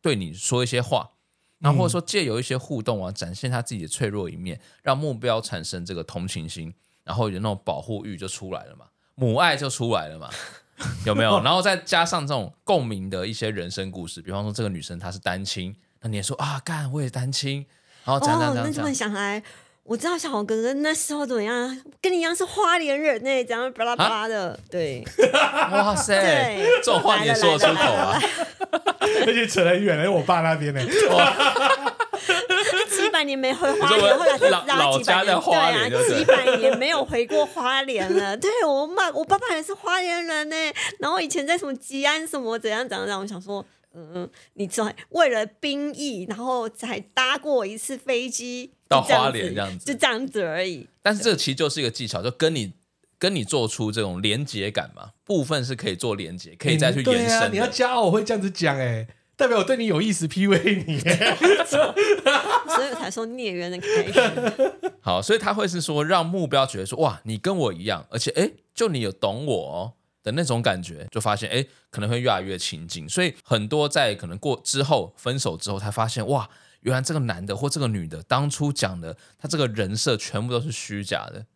Speaker 2: 对你说一些话，然
Speaker 3: 嗯
Speaker 2: 后或者说借由一些互动啊，展现他自己的脆弱一面，让目标产生这个同情心，然后有那种保护欲就出来了嘛，母爱就出来了嘛。 有没 有？然后再加上这种共鸣的一些人生故事，比方说这个女生她是单亲，那你也说啊，干我也单亲，然后怎样怎样
Speaker 3: 哦，
Speaker 2: 怎
Speaker 3: 那
Speaker 2: 样
Speaker 3: 这
Speaker 2: 怎
Speaker 3: 么
Speaker 2: 样，
Speaker 3: 想来，我知道小豪哥哥那时候怎么样，跟你一样是花莲人呢、怎样巴拉巴
Speaker 2: 啊
Speaker 3: 拉的， 对
Speaker 2: 哇塞，
Speaker 3: 对，
Speaker 2: 这种话你也说得出口啊？
Speaker 1: 而且扯得很远了，我爸那边呢、
Speaker 3: 几百年没回花
Speaker 2: 你说
Speaker 3: 莲，
Speaker 2: 我
Speaker 3: 后来才知道
Speaker 2: 老
Speaker 3: 他几
Speaker 2: 老家在
Speaker 3: 百年
Speaker 2: 花莲
Speaker 3: 对
Speaker 2: 就
Speaker 3: 啊，
Speaker 2: 对
Speaker 3: 几百年没有回过花莲 了。对我妈，我爸爸也是花莲人呢、然后以前在什么吉安什么怎样怎样怎样，我想说。嗯，嗯，你知道为了兵役，然后才搭过一次飞机
Speaker 2: 到
Speaker 3: 就这样
Speaker 2: 花莲这样子
Speaker 3: 就这样子而已。
Speaker 2: 但是这其实就是一个技巧，就跟你跟你做出这种连结感嘛，部分是可以做连结，可以再去
Speaker 1: 对
Speaker 2: 延
Speaker 1: 啊，
Speaker 2: 伸
Speaker 1: 你要
Speaker 2: 的。
Speaker 1: 加我会这样子讲哎、代表我对你有意思，PUA 你、欸
Speaker 3: 所以我才说孽缘的开始。
Speaker 2: 好，所以他会是说让目标觉得说哇，你跟我一样，而且诶，就你有懂我哦。的那种感觉，就发现诶，可能会越来越亲近，所以很多在可能过之后分手之后，才发现哇，原来这个男的或这个女的当初讲的，他这个人设全部都是虚假的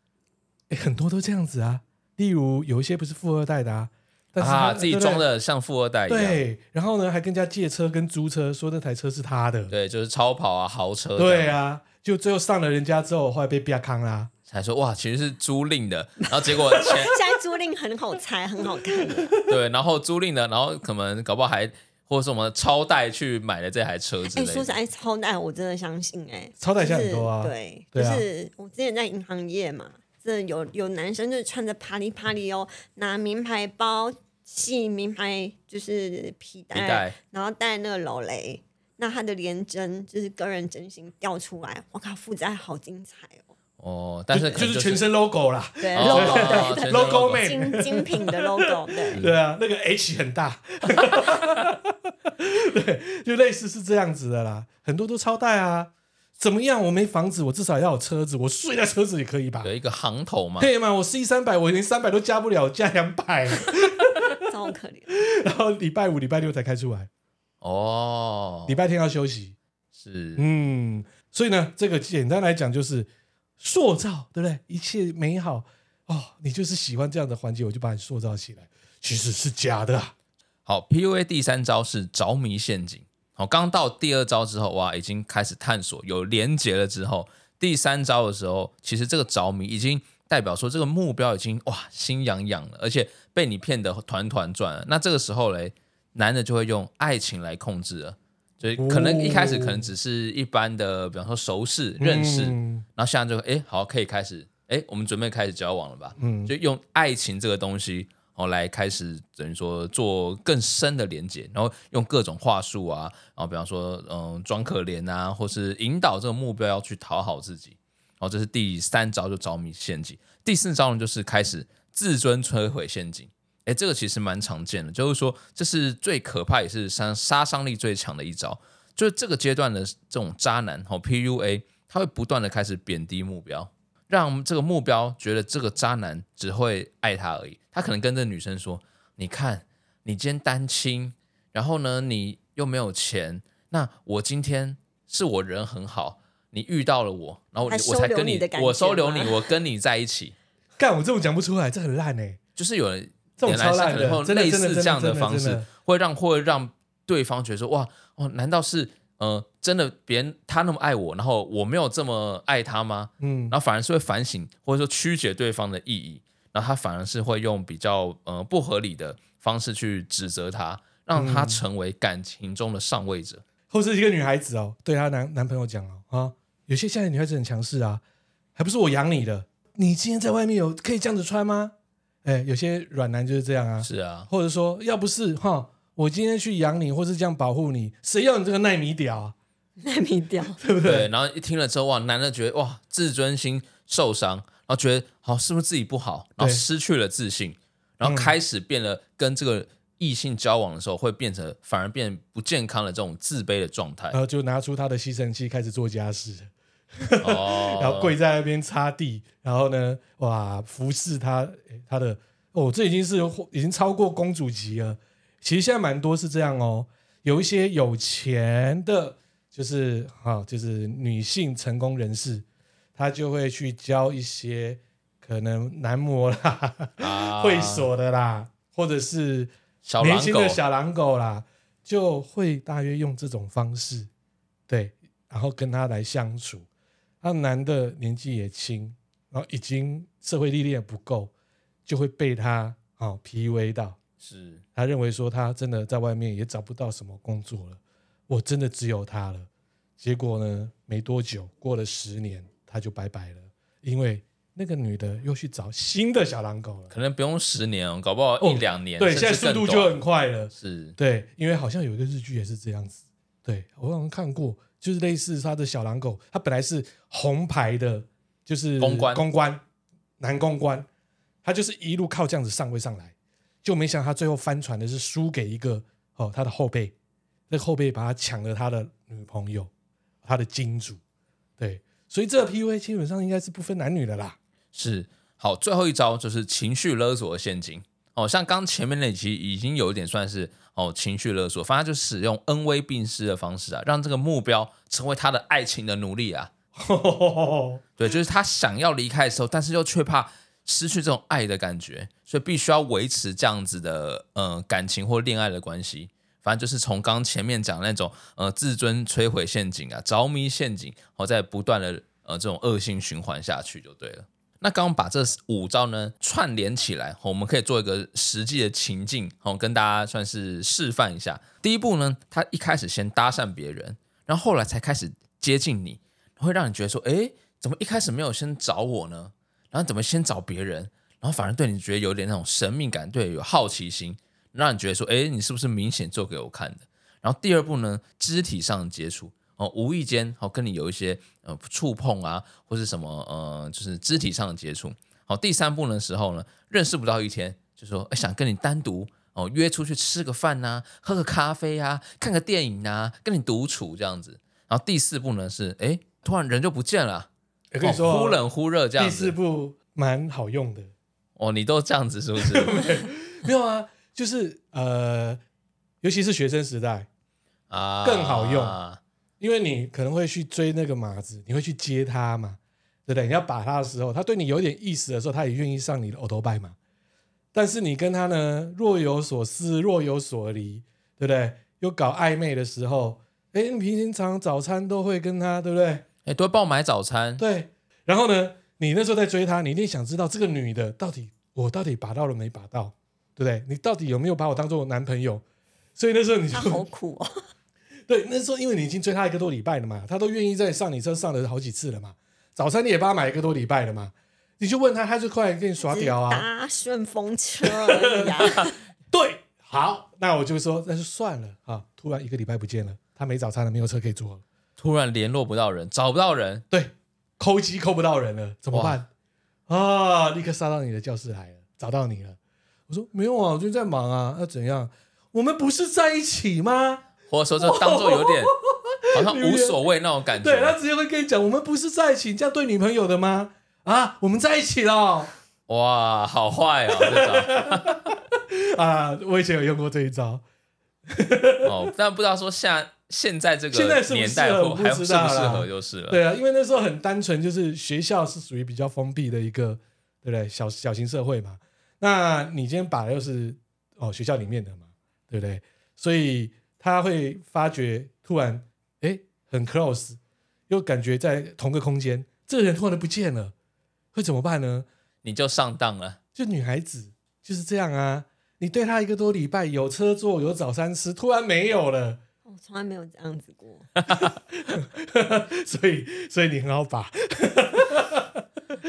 Speaker 1: 欸 很多都这样子啊。例如有一些不是富二代的啊，但是他、
Speaker 2: 啊，自己
Speaker 1: 对不对
Speaker 2: 装的像富二代一样，对，
Speaker 1: 对，然后呢还跟人家借车跟租车，说那台车是他的，
Speaker 2: 就是超跑啊、豪车，
Speaker 1: 对，啊，就最后上了人家之后，后来被逼康啦。
Speaker 2: 才说哇，其实是租赁的，然后结果钱
Speaker 3: 现在租赁很好猜，很好看的。
Speaker 2: 对，然后租赁的，然后可能搞不好还或者什么超贷去买了这台车之
Speaker 3: 哎、
Speaker 2: 类的。
Speaker 3: 说实在，超耐，我真的相信哎、
Speaker 1: 超代现在很多啊
Speaker 3: 就是对，
Speaker 1: 对啊
Speaker 3: 就是我之前在银行业嘛，真的有有男生就是穿着啪里啪里哦，拿名牌包、系名牌就是皮带，
Speaker 2: 皮带
Speaker 3: 然后戴那个劳雷，那他的连针就是个人真心掉出来，我靠，负债好精彩哦，
Speaker 2: 哦，但是可
Speaker 1: 就
Speaker 2: 能
Speaker 1: 是
Speaker 2: 是
Speaker 1: 全身 logo 啦，
Speaker 3: 对
Speaker 2: 哦
Speaker 3: ，logo
Speaker 2: 哦全
Speaker 3: 对
Speaker 2: 身
Speaker 1: logo 妹
Speaker 3: 精精品的 logo 对。
Speaker 2: 嗯
Speaker 1: 对啊，那个 H 很大， 对，就类似是这样子的啦，很多都超代啊。怎么样？我没房子，我至少要有车子，我睡在车子也可以吧？
Speaker 2: 有一个行头嘛，
Speaker 1: 可以吗？我 C 三百，我连三百都加不了，加两百，
Speaker 3: 超可怜，
Speaker 1: 然后礼拜五、礼拜六才开出来，
Speaker 2: 哦
Speaker 1: 礼，拜天要休息。
Speaker 2: 是
Speaker 1: 嗯，所以呢，这个简单来讲就是塑造，对不对？一切美好哦，你就是喜欢这样的环节，我就把你塑造起来，其实是假的啊、
Speaker 2: 好。PUA 第三招是着迷陷阱。好，刚到第二招之后，哇，已经开始探索有连结了之后，第三招的时候，其实这个着迷已经代表说这个目标已经哇心痒痒了，而且被你骗得团团转了。那这个时候嘞，男的就会用爱情来控制了。所以可能一开始可能只是一般的，比方说熟识、认识，
Speaker 1: 嗯
Speaker 2: 然后现在就哎、诶好可以开始哎、诶我们准备开始交往了吧？
Speaker 1: 嗯
Speaker 2: 就用爱情这个东西哦来开始等于说做更深的连接，然后用各种话术啊，然后比方说嗯装可怜啊，或是引导这个目标要去讨好自己。然后这是第三招就着迷陷阱，第四招呢就是开始自尊摧毁陷阱。哎，这个其实蛮常见的，就是说这是最可怕也是杀杀伤力最强的一招。就是这个阶段的这种渣男哦 PUA，他会不断的开始贬低目标，让这个目标觉得这个渣男只会爱他而已。他可能跟这女生说：“你看，你今天单亲，然后呢，你又没有钱，那我今天是我人很好，你遇到了我，然后我
Speaker 3: 还
Speaker 2: 我才
Speaker 3: 收留
Speaker 2: 跟
Speaker 3: 你的感觉
Speaker 2: 我收留
Speaker 3: 吗
Speaker 2: 你，我跟你在一起。
Speaker 1: 干，我这种讲不出来，这很烂哎、
Speaker 2: 就是有人
Speaker 1: 这种
Speaker 2: 点燃
Speaker 1: 超
Speaker 2: 香
Speaker 1: 烂的
Speaker 2: 然后
Speaker 1: 真的
Speaker 2: 类
Speaker 1: 真的
Speaker 2: 似
Speaker 1: 真的
Speaker 2: 这样
Speaker 1: 真的
Speaker 2: 方
Speaker 1: 真
Speaker 2: 式
Speaker 1: 的，
Speaker 2: 会让会让对方觉得说哇哦，难道是呃真的别人他那么爱我，然后我没有这么爱他吗？
Speaker 1: 嗯，
Speaker 2: 然后反而是会反省或者说曲解对方的意义，然后他反而是会用比较呃不合理的方式去指责他，让
Speaker 1: 嗯
Speaker 2: 他成为感情中的上位者。
Speaker 1: 或是一个女孩子哦，对她男男朋友讲哦啊，有些现在女孩子很强势啊，还不是我养你的，你今天在外面有可以这样子穿吗？哎，有些软男就是这样啊，
Speaker 2: 是啊，
Speaker 1: 或者说要不是哈，我今天去养你，或是这样保护你，谁要你这个耐米屌啊？
Speaker 3: 耐米掉，
Speaker 1: 对不
Speaker 2: 对
Speaker 1: 对？。
Speaker 2: 然后一听了之后，哇，男的觉得哇自尊心受伤，然后觉得好、是不是自己不好，然后
Speaker 1: 对
Speaker 2: 失去了自信，然
Speaker 1: 嗯
Speaker 2: 后开始变得跟这个异性交往的时候会变成反而变不健康的这种自卑的状态
Speaker 1: 然。后就拿出他的吸尘器开始做家事，嗯
Speaker 2: 哦，
Speaker 1: 然后跪在那边擦地，然后呢，哇，服侍她诶她的哦，这已经是已经超过公主级了。其实现在蛮多是这样哦，有一些有钱的，就是哈、就是女性成功人士，她就会去教一些可能男模啦、
Speaker 2: 啊
Speaker 1: 会所的啦，或者是
Speaker 2: 小
Speaker 1: 年
Speaker 2: 狼
Speaker 1: 轻
Speaker 2: 狗
Speaker 1: 的小狼狗啦，就会大约用这种方式，对，然后跟他来相处。那男的年纪也轻，然后已经社会历练也不够，就会被他哦 PUA 到。
Speaker 2: 是
Speaker 1: 他认为说他真的在外面也找不到什么工作了，我真的只有他了。结果呢，没多久，过了十年，他就拜拜了，因为那个女的又去找新的小狼狗了。
Speaker 2: 可能不用十年哦，搞不好
Speaker 1: 哦
Speaker 2: 一两年、
Speaker 1: 对，
Speaker 2: 甚
Speaker 1: 现
Speaker 2: 至
Speaker 1: 在速
Speaker 2: 更
Speaker 1: 度
Speaker 2: 短
Speaker 1: 就很快了。
Speaker 2: 是
Speaker 1: 对，因为好像有一个日剧也是这样子，对我好像看过，就是类似他的小狼狗，他本来是红牌的，就是
Speaker 2: 公关
Speaker 1: 公关男公关，他就是一路靠这样子上位上来，就没想到他最后翻船的是输给一个哦他的后辈，那个后辈把他抢了他的女朋友，他的金主，对，所以这个 PUA 基本上应该是不分男女的啦，
Speaker 2: 是好，最后一招就是情绪勒索的陷阱。哦，像刚前面那集已经有一点算是哦情绪勒索，反正就使用恩威并施的方式啊，让这个目标成为他的爱情的奴隶啊。对，就是他想要离开的时候，但是又却怕失去这种爱的感觉，所以必须要维持这样子的呃感情或恋爱的关系。反正就是从刚刚前面讲的那种呃自尊摧毁陷阱啊、着迷陷阱，然后再不断的呃这种恶性循环下去就对了。那刚刚把这五招呢串联起来，我们可以做一个实际的情境，哦，跟大家算是示范一下。第一步呢，他一开始先搭讪别人，然后后来才开始接近你，会让你觉得说，诶，怎么一开始没有先找我呢？然后怎么先找别人？然后反而对你觉得有点那种神秘感，对，有好奇心，让你觉得说，诶，你是不是明显做给我看的？然后第二步呢，肢体上的接触哦，无意间哦跟你有一些呃触碰啊，或是什么呃，就是肢体上的接触。好、第三步呢时候呢，认识不到一天，就说诶想跟你单独哦约出去吃个饭呐、喝个咖啡啊，看个电影啊，跟你独处这样子。然后第四步呢是诶，突然人就不见了，
Speaker 1: 我跟你
Speaker 2: 哦
Speaker 1: 说，
Speaker 2: 忽冷忽热这样
Speaker 1: 第四
Speaker 2: 子。
Speaker 1: 部蛮好用的。
Speaker 2: 哦，你都这样子是不 是
Speaker 1: 没有啊，就是呃，尤其是学生时代，
Speaker 2: 啊？
Speaker 1: 更好用因为你可能会去追那个马子，你会去接他嘛，对不对？你要把他的时候，他对你有点意思的时候，他也愿意上你的 auto b 嘛。但是你跟他呢若有所思，若有所离，对不对？又搞暧昧的时候，哎，你平常早餐都会跟他，对不对？
Speaker 2: 哎，都会帮我买早餐。
Speaker 1: 对，然后呢，你那时候在追她，你一定想知道这个女的到底我到底把到了没把到，对不对？你到底有没有把我当做我男朋友？所以那时候你就、
Speaker 3: 他好苦哦，
Speaker 1: 对那时候，因为你已经追她一个多礼拜了嘛，她都愿意在上你车上了好几次了嘛，早餐你也帮她买一个多礼拜了嘛，你就问她，她就快来跟你耍屌啊，
Speaker 3: 搭顺风车而已啊，
Speaker 1: 对，好，那我就说那就算了啊，突然一个礼拜不见了，她没早餐了，没有车可以坐了，
Speaker 2: 突然联络不到人，找不到人，
Speaker 1: 对，抠机抠不到人了，怎么办？啊，立刻杀到你的教室来了，找到你了。我说没有啊，我最近在忙啊，要怎样？我们不是在一起吗？
Speaker 2: 或者说就当做有 点好像
Speaker 1: 有点
Speaker 2: 无所谓那种感
Speaker 1: 对他
Speaker 2: 觉。
Speaker 1: 直接会跟你讲，我们不是在一起，你这样对女朋友的吗？啊，我们在一起了
Speaker 2: 哇，好坏哦，这
Speaker 1: 啊！我以前有用过这一招，
Speaker 2: 招哦，但不知道说下现在这
Speaker 1: 现在
Speaker 2: 个
Speaker 1: 是不
Speaker 2: 年
Speaker 1: 适
Speaker 2: 代
Speaker 1: 合
Speaker 2: 或
Speaker 1: 我不
Speaker 2: 还适
Speaker 1: 知
Speaker 2: 不
Speaker 1: 道啦啊
Speaker 2: 适合就是了。
Speaker 1: 对啊，因为那时候很单纯，就是学校是属于比较封闭的一个对不对？小小型社会嘛，那你今天把又是哦学校里面的嘛，对不对？所以他会发觉突然哎很 close，又感觉在同个空间，这个人突然不见了，会怎么办呢？
Speaker 2: 你就上当了。
Speaker 1: 就女孩子就是这样啊，你对她一个多礼拜，有车坐，有早餐吃，突然没有了，
Speaker 3: 我从来没有这样子过。
Speaker 1: 所以所以你很好把，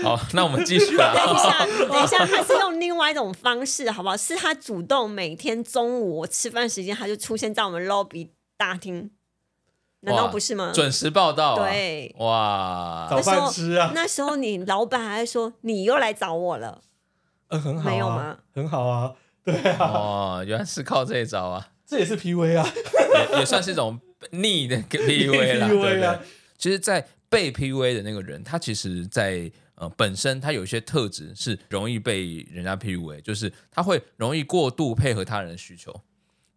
Speaker 2: 好，那我们继续啊
Speaker 3: 等 一
Speaker 2: 啦。
Speaker 3: 下，等一下，他是用另外一种方式，好不好？是他主动每天中午我吃饭时间，他就出现在我们 lobby 大厅，难道
Speaker 2: 哇
Speaker 3: 不是吗？
Speaker 2: 准时报道、啊。
Speaker 3: 对
Speaker 1: 早
Speaker 2: 哇，
Speaker 1: 饭吃啊，
Speaker 3: 那时候你老板还说你又来找我了，
Speaker 1: 嗯，很好、啊，
Speaker 3: 没有吗？
Speaker 1: 很好啊，
Speaker 2: 哦，原来是靠这一招啊，
Speaker 1: 这也是 PV 啊，
Speaker 2: 也也算是一种逆的 PUA 啦，对不
Speaker 1: PUA
Speaker 2: 对
Speaker 1: 啊？
Speaker 2: 其实，在被 PUA 的那个人，他其实在，呃本身他有一些特质是容易被人家 PUA，就是他会容易过度配合他人的需求。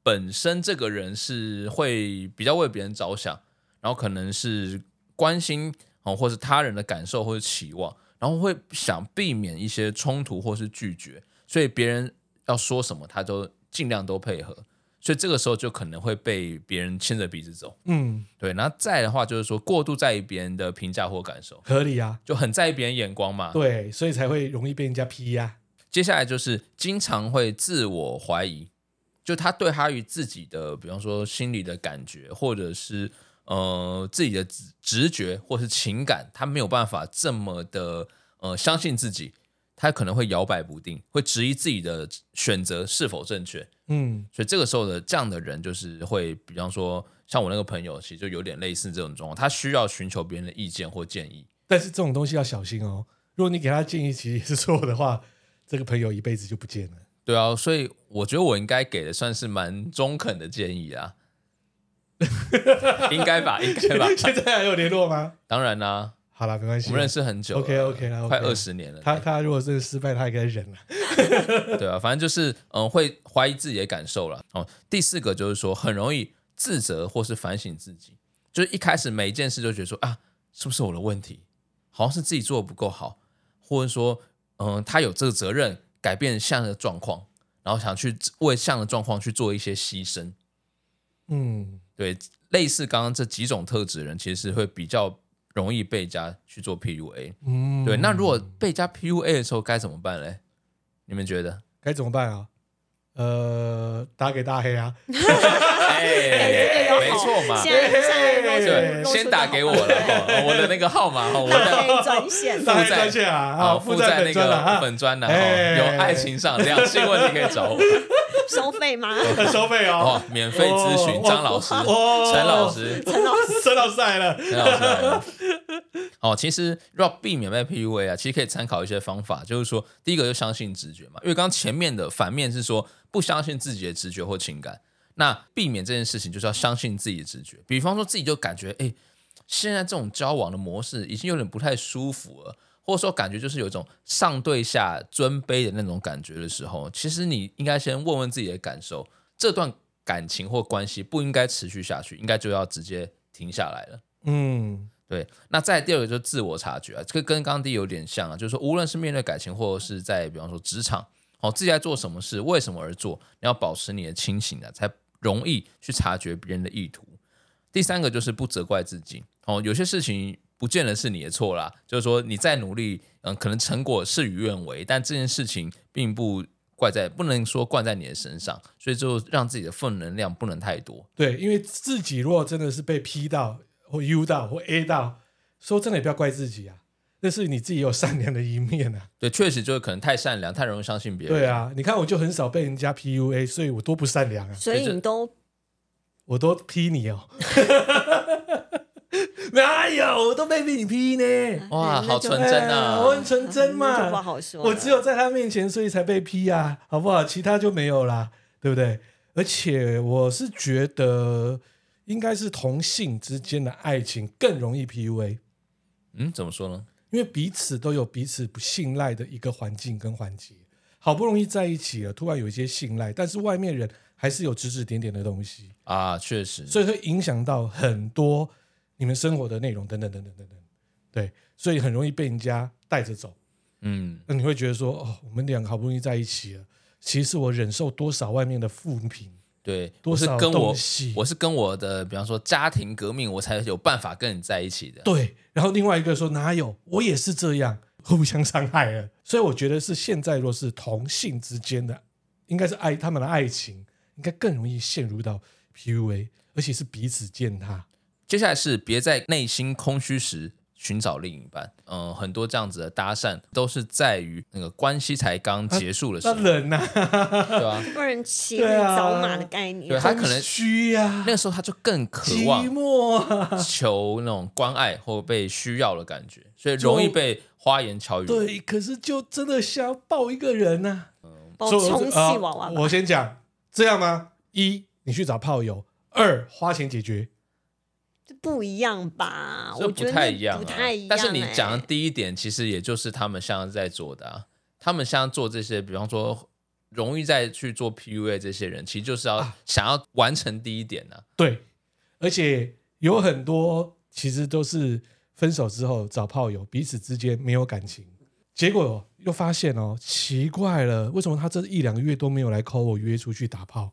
Speaker 2: 本身这个人是会比较为别人着想，然后可能是关心哦，或是他人的感受或者期望，然后会想避免一些冲突或是拒绝，所以别人要说什么，他都尽量都配合。所以这个时候就可能会被别人牵着鼻子走，
Speaker 1: 嗯，
Speaker 2: 对，然后再的话就是说过度在意别人的评价或感受，
Speaker 1: 合理啊，
Speaker 2: 就很在意别人眼光嘛。
Speaker 1: 对，所以才会容易被人家 E 啊批呀、
Speaker 2: 接下来就是经常会自我怀疑，就他对他于自己的，比方说心理的感觉，或者是呃自己的直直觉或是情感，他没有办法这么的呃相信自己，他可能会摇摆不定，会质疑自己的选择是否正确。
Speaker 1: 嗯，
Speaker 2: 所以这个时候的这样的人，就是会，比方说像我那个朋友，其实就有点类似这种状况，他需要寻求别人的意见或建议。
Speaker 1: 但是这种东西要小心哦，如果你给他建议其实也是错的话， 这个朋友一辈子就不见了。
Speaker 2: 对啊，所以我觉得我应该给的算是蛮中肯的建议啊， 应该吧，应该吧。
Speaker 1: 现在还有联络吗？
Speaker 2: 当然啦、
Speaker 1: 好啦，没关系啊，
Speaker 2: 我们认识很久了
Speaker 1: OK，OK 啦，OK
Speaker 2: 快二十年了。
Speaker 1: 他他如果真的失败，他也该忍了。
Speaker 2: 对啊，反正就是嗯，会怀疑自己的感受了。哦，第四个就是说，很容易自责或是反省自己，就是一开始每一件事就觉得说啊，是不是我的问题？好像是自己做的不够好，或者说嗯，他有这个责任改变这样的状况，然后想去为这样的状况去做一些牺牲。
Speaker 1: 嗯，
Speaker 2: 对，类似刚刚这几种特质的人，其实是会比较容易被人家去做 PUA。
Speaker 1: 嗯，
Speaker 2: 对，那如果被人家 PUA 的时候该怎么办嘞？你们觉得？
Speaker 1: 该怎么办啊？呃，打给大黑啊，
Speaker 2: 哎
Speaker 3: 这个
Speaker 2: 没
Speaker 3: 有好
Speaker 2: 错嘛，
Speaker 3: 现在现在
Speaker 1: 对
Speaker 2: 对，
Speaker 3: 露出
Speaker 2: 先打给我了， 哦我的那个号码，哦我
Speaker 3: 露出大
Speaker 2: 的
Speaker 3: 黑专 线，
Speaker 1: 大黑
Speaker 2: 在
Speaker 1: 专线啊，
Speaker 2: 好
Speaker 1: 啊，
Speaker 2: 附
Speaker 1: 附
Speaker 2: 在
Speaker 1: 本
Speaker 2: 那
Speaker 1: 专了
Speaker 2: 个
Speaker 1: 啊，
Speaker 2: 粉砖的，
Speaker 1: 哎
Speaker 2: 哦有爱情上两性问题可以找我，
Speaker 3: 收费吗？
Speaker 1: 很 收费哦
Speaker 2: 哦，，免费咨询
Speaker 1: 哦
Speaker 2: 张老师、
Speaker 1: 哦
Speaker 2: 陈老师、
Speaker 3: 陈老师，
Speaker 1: 陈老师来 了，
Speaker 2: 陈老师来了。哦，其实要避免被 PUA 啊，其实可以参考一些方法，就是说，第一个就相信直觉嘛，因为刚刚前面的反面是说不相信自己的直觉或情感，那避免这件事情就是要相信自己的直觉。比方说自己就感觉，哎，现在这种交往的模式已经有点不太舒服了，或者说感觉就是有一种上对下尊卑的那种感觉的时候，其实你应该先问问自己的感受，这段感情或关系不应该持续下去，应该就要直接停下来了。
Speaker 1: 嗯
Speaker 2: 对，那再第二个就是自我察觉啊，这个跟刚刚第一有点像啊，就是说无论是面对感情，或者是在比方说职场，哦，自己在做什么事，为什么而做，你要保持你的清醒啊，才容易去察觉别人的意图。第三个就是不责怪自己，哦，有些事情不见得是你的错啦，就是说你再努力，嗯，可能成果事与愿违，但这件事情并不怪在，不能说怪在你的身上，所以就让自己的负能量不能太多。
Speaker 1: 对，因为自己如果真的是被 P 到或 U 到或 A 到，说真的也不要怪自己啊，那是你自己有善良的一面啊。
Speaker 2: 对，确实就是可能太善良，太容易相信别人。
Speaker 1: 对啊，你看我就很少被人家 PUA，所以我多不善良啊，
Speaker 3: 所以你都
Speaker 1: 我都 P 你哦。 哪有，我都没被你 P 呢。
Speaker 2: 哇，好
Speaker 3: 嗯那就
Speaker 2: 纯真
Speaker 1: 哎我
Speaker 2: 啊！
Speaker 1: 很纯真
Speaker 3: 嗯就不
Speaker 1: 嘛，
Speaker 3: 好说了，
Speaker 1: 我只有在他面前，所以才被 P 啊，好不好？其他就没有啦，对不对？而且我是觉得，应该是同性之间的爱情更容易 PUA，
Speaker 2: 嗯，怎么说呢？
Speaker 1: 因为彼此都有彼此不信赖的一个环境跟环节，好不容易在一起了，突然有一些信赖，但是外面人还是有指指点点的东西，
Speaker 2: 啊，确实，
Speaker 1: 所以会影响到很多你们生活的内容等等等等等等，对，所以很容易被人家带着走。
Speaker 2: 嗯，
Speaker 1: 那你会觉得说，哦，我们两个好不容易在一起了，其实我忍受多少外面的负评，
Speaker 2: 对，
Speaker 1: 多
Speaker 2: 我是
Speaker 1: 少
Speaker 2: 跟我
Speaker 1: 东西
Speaker 2: 我是跟我的，比方说家庭革命，我才有办法跟你在一起的。
Speaker 1: 对，然后另外一个说哪有，我也是这样， 互相伤害了。所以我觉得是现在若是同性之间的，应该是爱他们的爱情，应该更容易陷入到 PUA，而且是彼此践踏。
Speaker 2: 接下来是别在内心空虚时寻找另一半。嗯、很多这样子的搭讪都是在于那个关系才刚
Speaker 1: 啊
Speaker 2: 结束 的时
Speaker 1: 那啊
Speaker 2: 候，
Speaker 1: 人呐、
Speaker 2: 对吧、
Speaker 3: 不然骑驴
Speaker 1: 对啊
Speaker 3: 找马的
Speaker 2: 对
Speaker 3: 概念。
Speaker 2: 他可能
Speaker 1: 虚呀、
Speaker 2: 那个时候他就更渴
Speaker 1: 啊寂
Speaker 2: 望
Speaker 1: 寞啊，
Speaker 2: 求那种关爱或被需要的感觉，所以
Speaker 1: 就
Speaker 2: 容易被花言巧语。
Speaker 1: 对，可是就真的想要抱一个人啊呐、
Speaker 3: 包
Speaker 1: 所以我
Speaker 3: 哦充
Speaker 1: 是
Speaker 3: 气
Speaker 1: 啊
Speaker 3: 娃
Speaker 2: 哦
Speaker 3: 娃吧，
Speaker 1: 我先讲，这样吗？一，你去找炮友；二，花钱解决。
Speaker 3: 这不一样吧？
Speaker 2: 这
Speaker 3: 我
Speaker 2: 不
Speaker 3: 觉得
Speaker 2: 太一样、啊，
Speaker 3: 不太一样。
Speaker 2: 但是你讲的
Speaker 3: 欸
Speaker 2: 第一点，其实也就是他们像在做的、啊，他们像做这些，比方说容易再去做 PUA 这些人，其实就是要、
Speaker 1: 啊
Speaker 2: 想要完成第一点呢、啊。
Speaker 1: 对，而且有很多其实都是分手之后找炮友，彼此之间没有感情，结果又发现哦，奇怪了，为什么他这一两个月都没有来 call 我约出去打炮？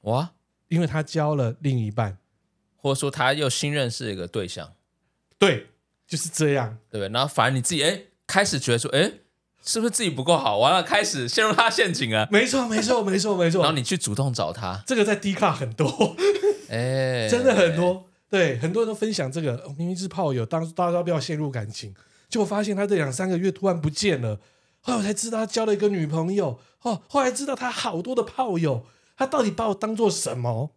Speaker 2: 哇，
Speaker 1: 因为他交了另一半，
Speaker 2: 或者说他又新认识一个对象，
Speaker 1: 对，就是这样。
Speaker 2: 对不对？然后反而你自己哎开始觉得说，哎，是不是自己不够好？完了，开始陷入他的陷阱啊。
Speaker 1: 没错，没错，没错，没
Speaker 2: 然后
Speaker 1: 错。
Speaker 2: 你去主动找他，
Speaker 1: 这个在 D 卡很多，
Speaker 2: 哎，
Speaker 1: 真的很。多。对，很多人都分享这个，哦明明是炮友，当初大家都不要陷入感情，结果发现他这两三个月突然不见了，后来我才知道他交了一个女朋友，哦，后来知道他好多的炮友，他到底把我当做什么？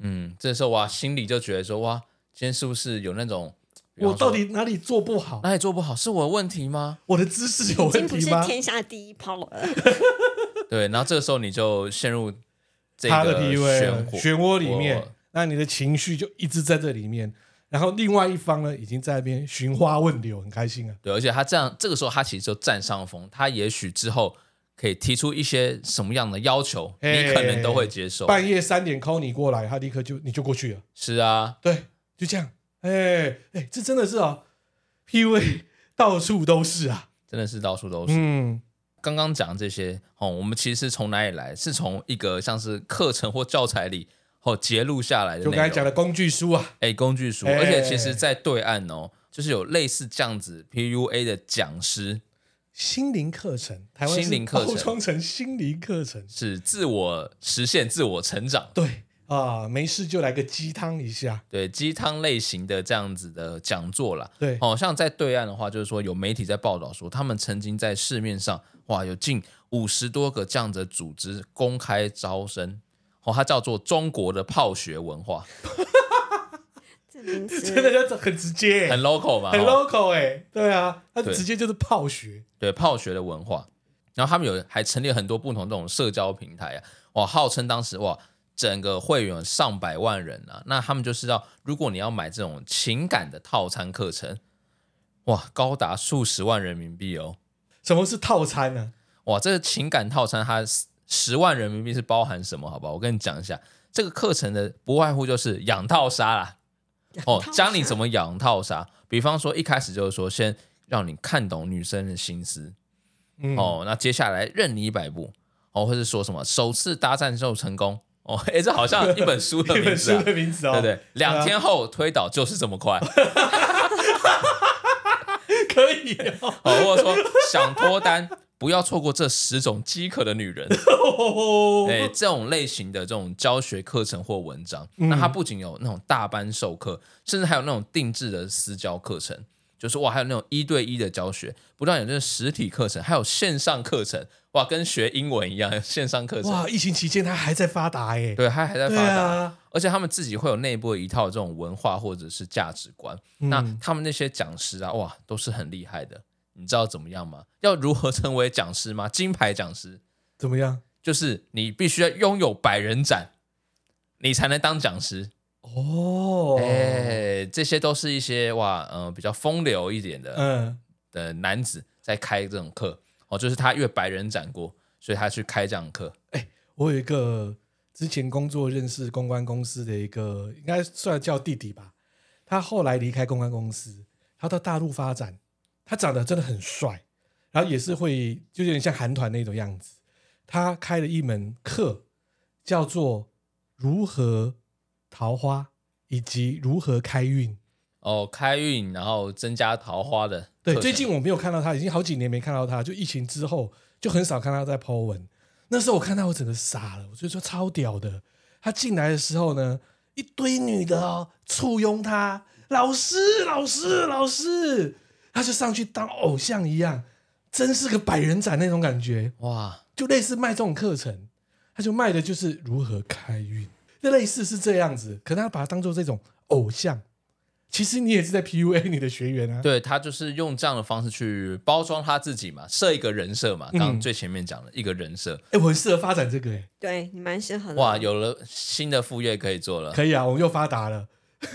Speaker 2: 嗯，这时候哇，心里就觉得说，哇，今天是不是有那种比
Speaker 1: 我
Speaker 2: 方说
Speaker 1: 到底哪里做不好？
Speaker 2: 哪里做不好？是我的问题吗？
Speaker 1: 我的知识有
Speaker 3: 已经
Speaker 1: 问
Speaker 3: 不
Speaker 1: 题
Speaker 3: 是
Speaker 1: 吗？
Speaker 3: 天下第一 炮了，
Speaker 2: 对，然后这个时候你就陷入这
Speaker 1: 他的
Speaker 2: 个
Speaker 1: PUA 了
Speaker 2: 涡
Speaker 1: 漩涡里面，那你的情绪就一直在这里面，然后另外一方呢，已经在那边寻花问柳，很开心啊。
Speaker 2: 对，而且他这样这个时候他其实就占上风，他也许之后可以提出一些什么样的要求，
Speaker 1: 嘿
Speaker 2: 你可能都会接受。
Speaker 1: 半夜三点 call 你过来，他立刻就你就过去了。
Speaker 2: 是啊，
Speaker 1: 对，就这样。哎、哎、这真的是哦，PUA 到处都是啊。
Speaker 2: 真的是到处都是。
Speaker 1: 嗯，
Speaker 2: 刚刚讲这些哦，我们其实是从哪里来？是从一个像是课程或教材里哦截录下来的
Speaker 1: 就
Speaker 2: 内
Speaker 1: 刚才
Speaker 2: 容
Speaker 1: 讲的工具书啊，
Speaker 2: 哎，工具书，
Speaker 1: 哎
Speaker 2: 而且其实，在对岸哦，就是有类似这样子 PUA 的讲师，
Speaker 1: 心灵课程，台湾是
Speaker 2: 心灵课程
Speaker 1: 包装成心灵课程。
Speaker 2: 是自我实现、自我成长。
Speaker 1: 对啊，没事就来个鸡汤一下。
Speaker 2: 对鸡汤类型的这样子的讲座啦。
Speaker 1: 对，
Speaker 2: 哦，像在对岸的话，就是说有媒体在报道说，他们曾经在市面上哇有近五十多个这样子的组织公开招生，哦，它叫做中国的泡学文化，
Speaker 3: 这名词
Speaker 1: 真的就很直接、
Speaker 2: 很 local 嘛，
Speaker 1: 很
Speaker 2: 哦
Speaker 1: local 哎、对啊，他
Speaker 2: 对
Speaker 1: 直接就是泡学。
Speaker 2: 对泡学的文化。然后他们有还成立了很多不同这种社交平台啊，哇，号称当时哇整个会员有上百万人啊，那他们就是要如果你要买这种情感的套餐课程，哇，高达数十万人民币哦。
Speaker 1: 什么是套餐呢、
Speaker 2: 哇，这个情感套餐它十万人民币是包含什么？好吧，我跟你讲一下，这个课程的不外乎就是养套杀啦。 哦，教你怎
Speaker 3: 么
Speaker 2: 么养套杀。比方说一开始就是说，先让你看懂女生的心思，
Speaker 1: 嗯，
Speaker 2: 哦，那接下来任你摆布，哦，或是说什么首次搭讪就成功，哦， 诶，这好像一 本书的
Speaker 1: 一
Speaker 2: 名
Speaker 1: 本
Speaker 2: 字
Speaker 1: 书
Speaker 2: 啊，
Speaker 1: 的名字哦，
Speaker 2: 对不对？两天后推倒就是这么快，
Speaker 1: 可以哦。
Speaker 2: 哦，或者说想脱单，不要错过这十种饥渴的女人。 哎、这种类型的这种教学课程或文章，
Speaker 1: 嗯
Speaker 2: 那它不仅有那种大班授课，甚至还有那种定制的私教课程，就是哇，还有那种一对一的教学，不但有这个实体课程，还有线上课程，哇，跟学英文一样，线上课程，
Speaker 1: 哇，疫情期间他还在发达哎、
Speaker 2: 对，它还在发
Speaker 1: 对
Speaker 2: 达。
Speaker 1: 啊，
Speaker 2: 而且他们自己会有内部的一套这种文化或者是价值观。
Speaker 1: 嗯
Speaker 2: 那他们那些讲师啊，哇，都是很厉害的。你知道怎么样吗？要如何成为讲师吗？金牌讲师
Speaker 1: 怎么样？
Speaker 2: 就是你必须要拥有百人斩，你才能当讲师。
Speaker 1: 哦，
Speaker 2: 哎、这些都是一些哇，嗯、比较风流一点的、
Speaker 1: 嗯，
Speaker 2: 的男子在开这种课哦，就是他越百人斩过，所以他去开这样的课。
Speaker 1: 我有一个之前工作认识公关公司的一个，应该算叫弟弟吧。他后来离开公关公司，他到大陆发展。他长得真的很帅，然后也是会就有点像韩团那种样子。他开了一门课，叫做如何桃花以及如何开运。
Speaker 2: 哦，开运，然后增加桃花的
Speaker 1: 对，
Speaker 2: 特性。
Speaker 1: 最近我没有看到他，已经好几年没看到他，就疫情之后就很少看他在 Po 文。那时候我看到我整个傻了，我就说超屌的。他进来的时候呢，一堆女的哦簇拥他，老师，老师，老师，他就上去当偶像一样，真是个百人斩那种感觉。
Speaker 2: 哇，
Speaker 1: 就类似卖这种课程，他就卖的就是如何开运，那类似是这样子，可他把它当做这种偶像，其实你也是在 PUA 你的学员啊。
Speaker 2: 对他就是用这样的方式去包装他自己嘛，设一个人设
Speaker 1: 嗯
Speaker 2: 嘛。刚刚最前面讲的一个人设，
Speaker 1: 哎、我很适合发展这个、欸，
Speaker 3: 对你蛮适
Speaker 1: 嗯
Speaker 3: 合的。
Speaker 2: 哇，有了新的副业可以 做了，
Speaker 1: 可以啊，我们又发达了。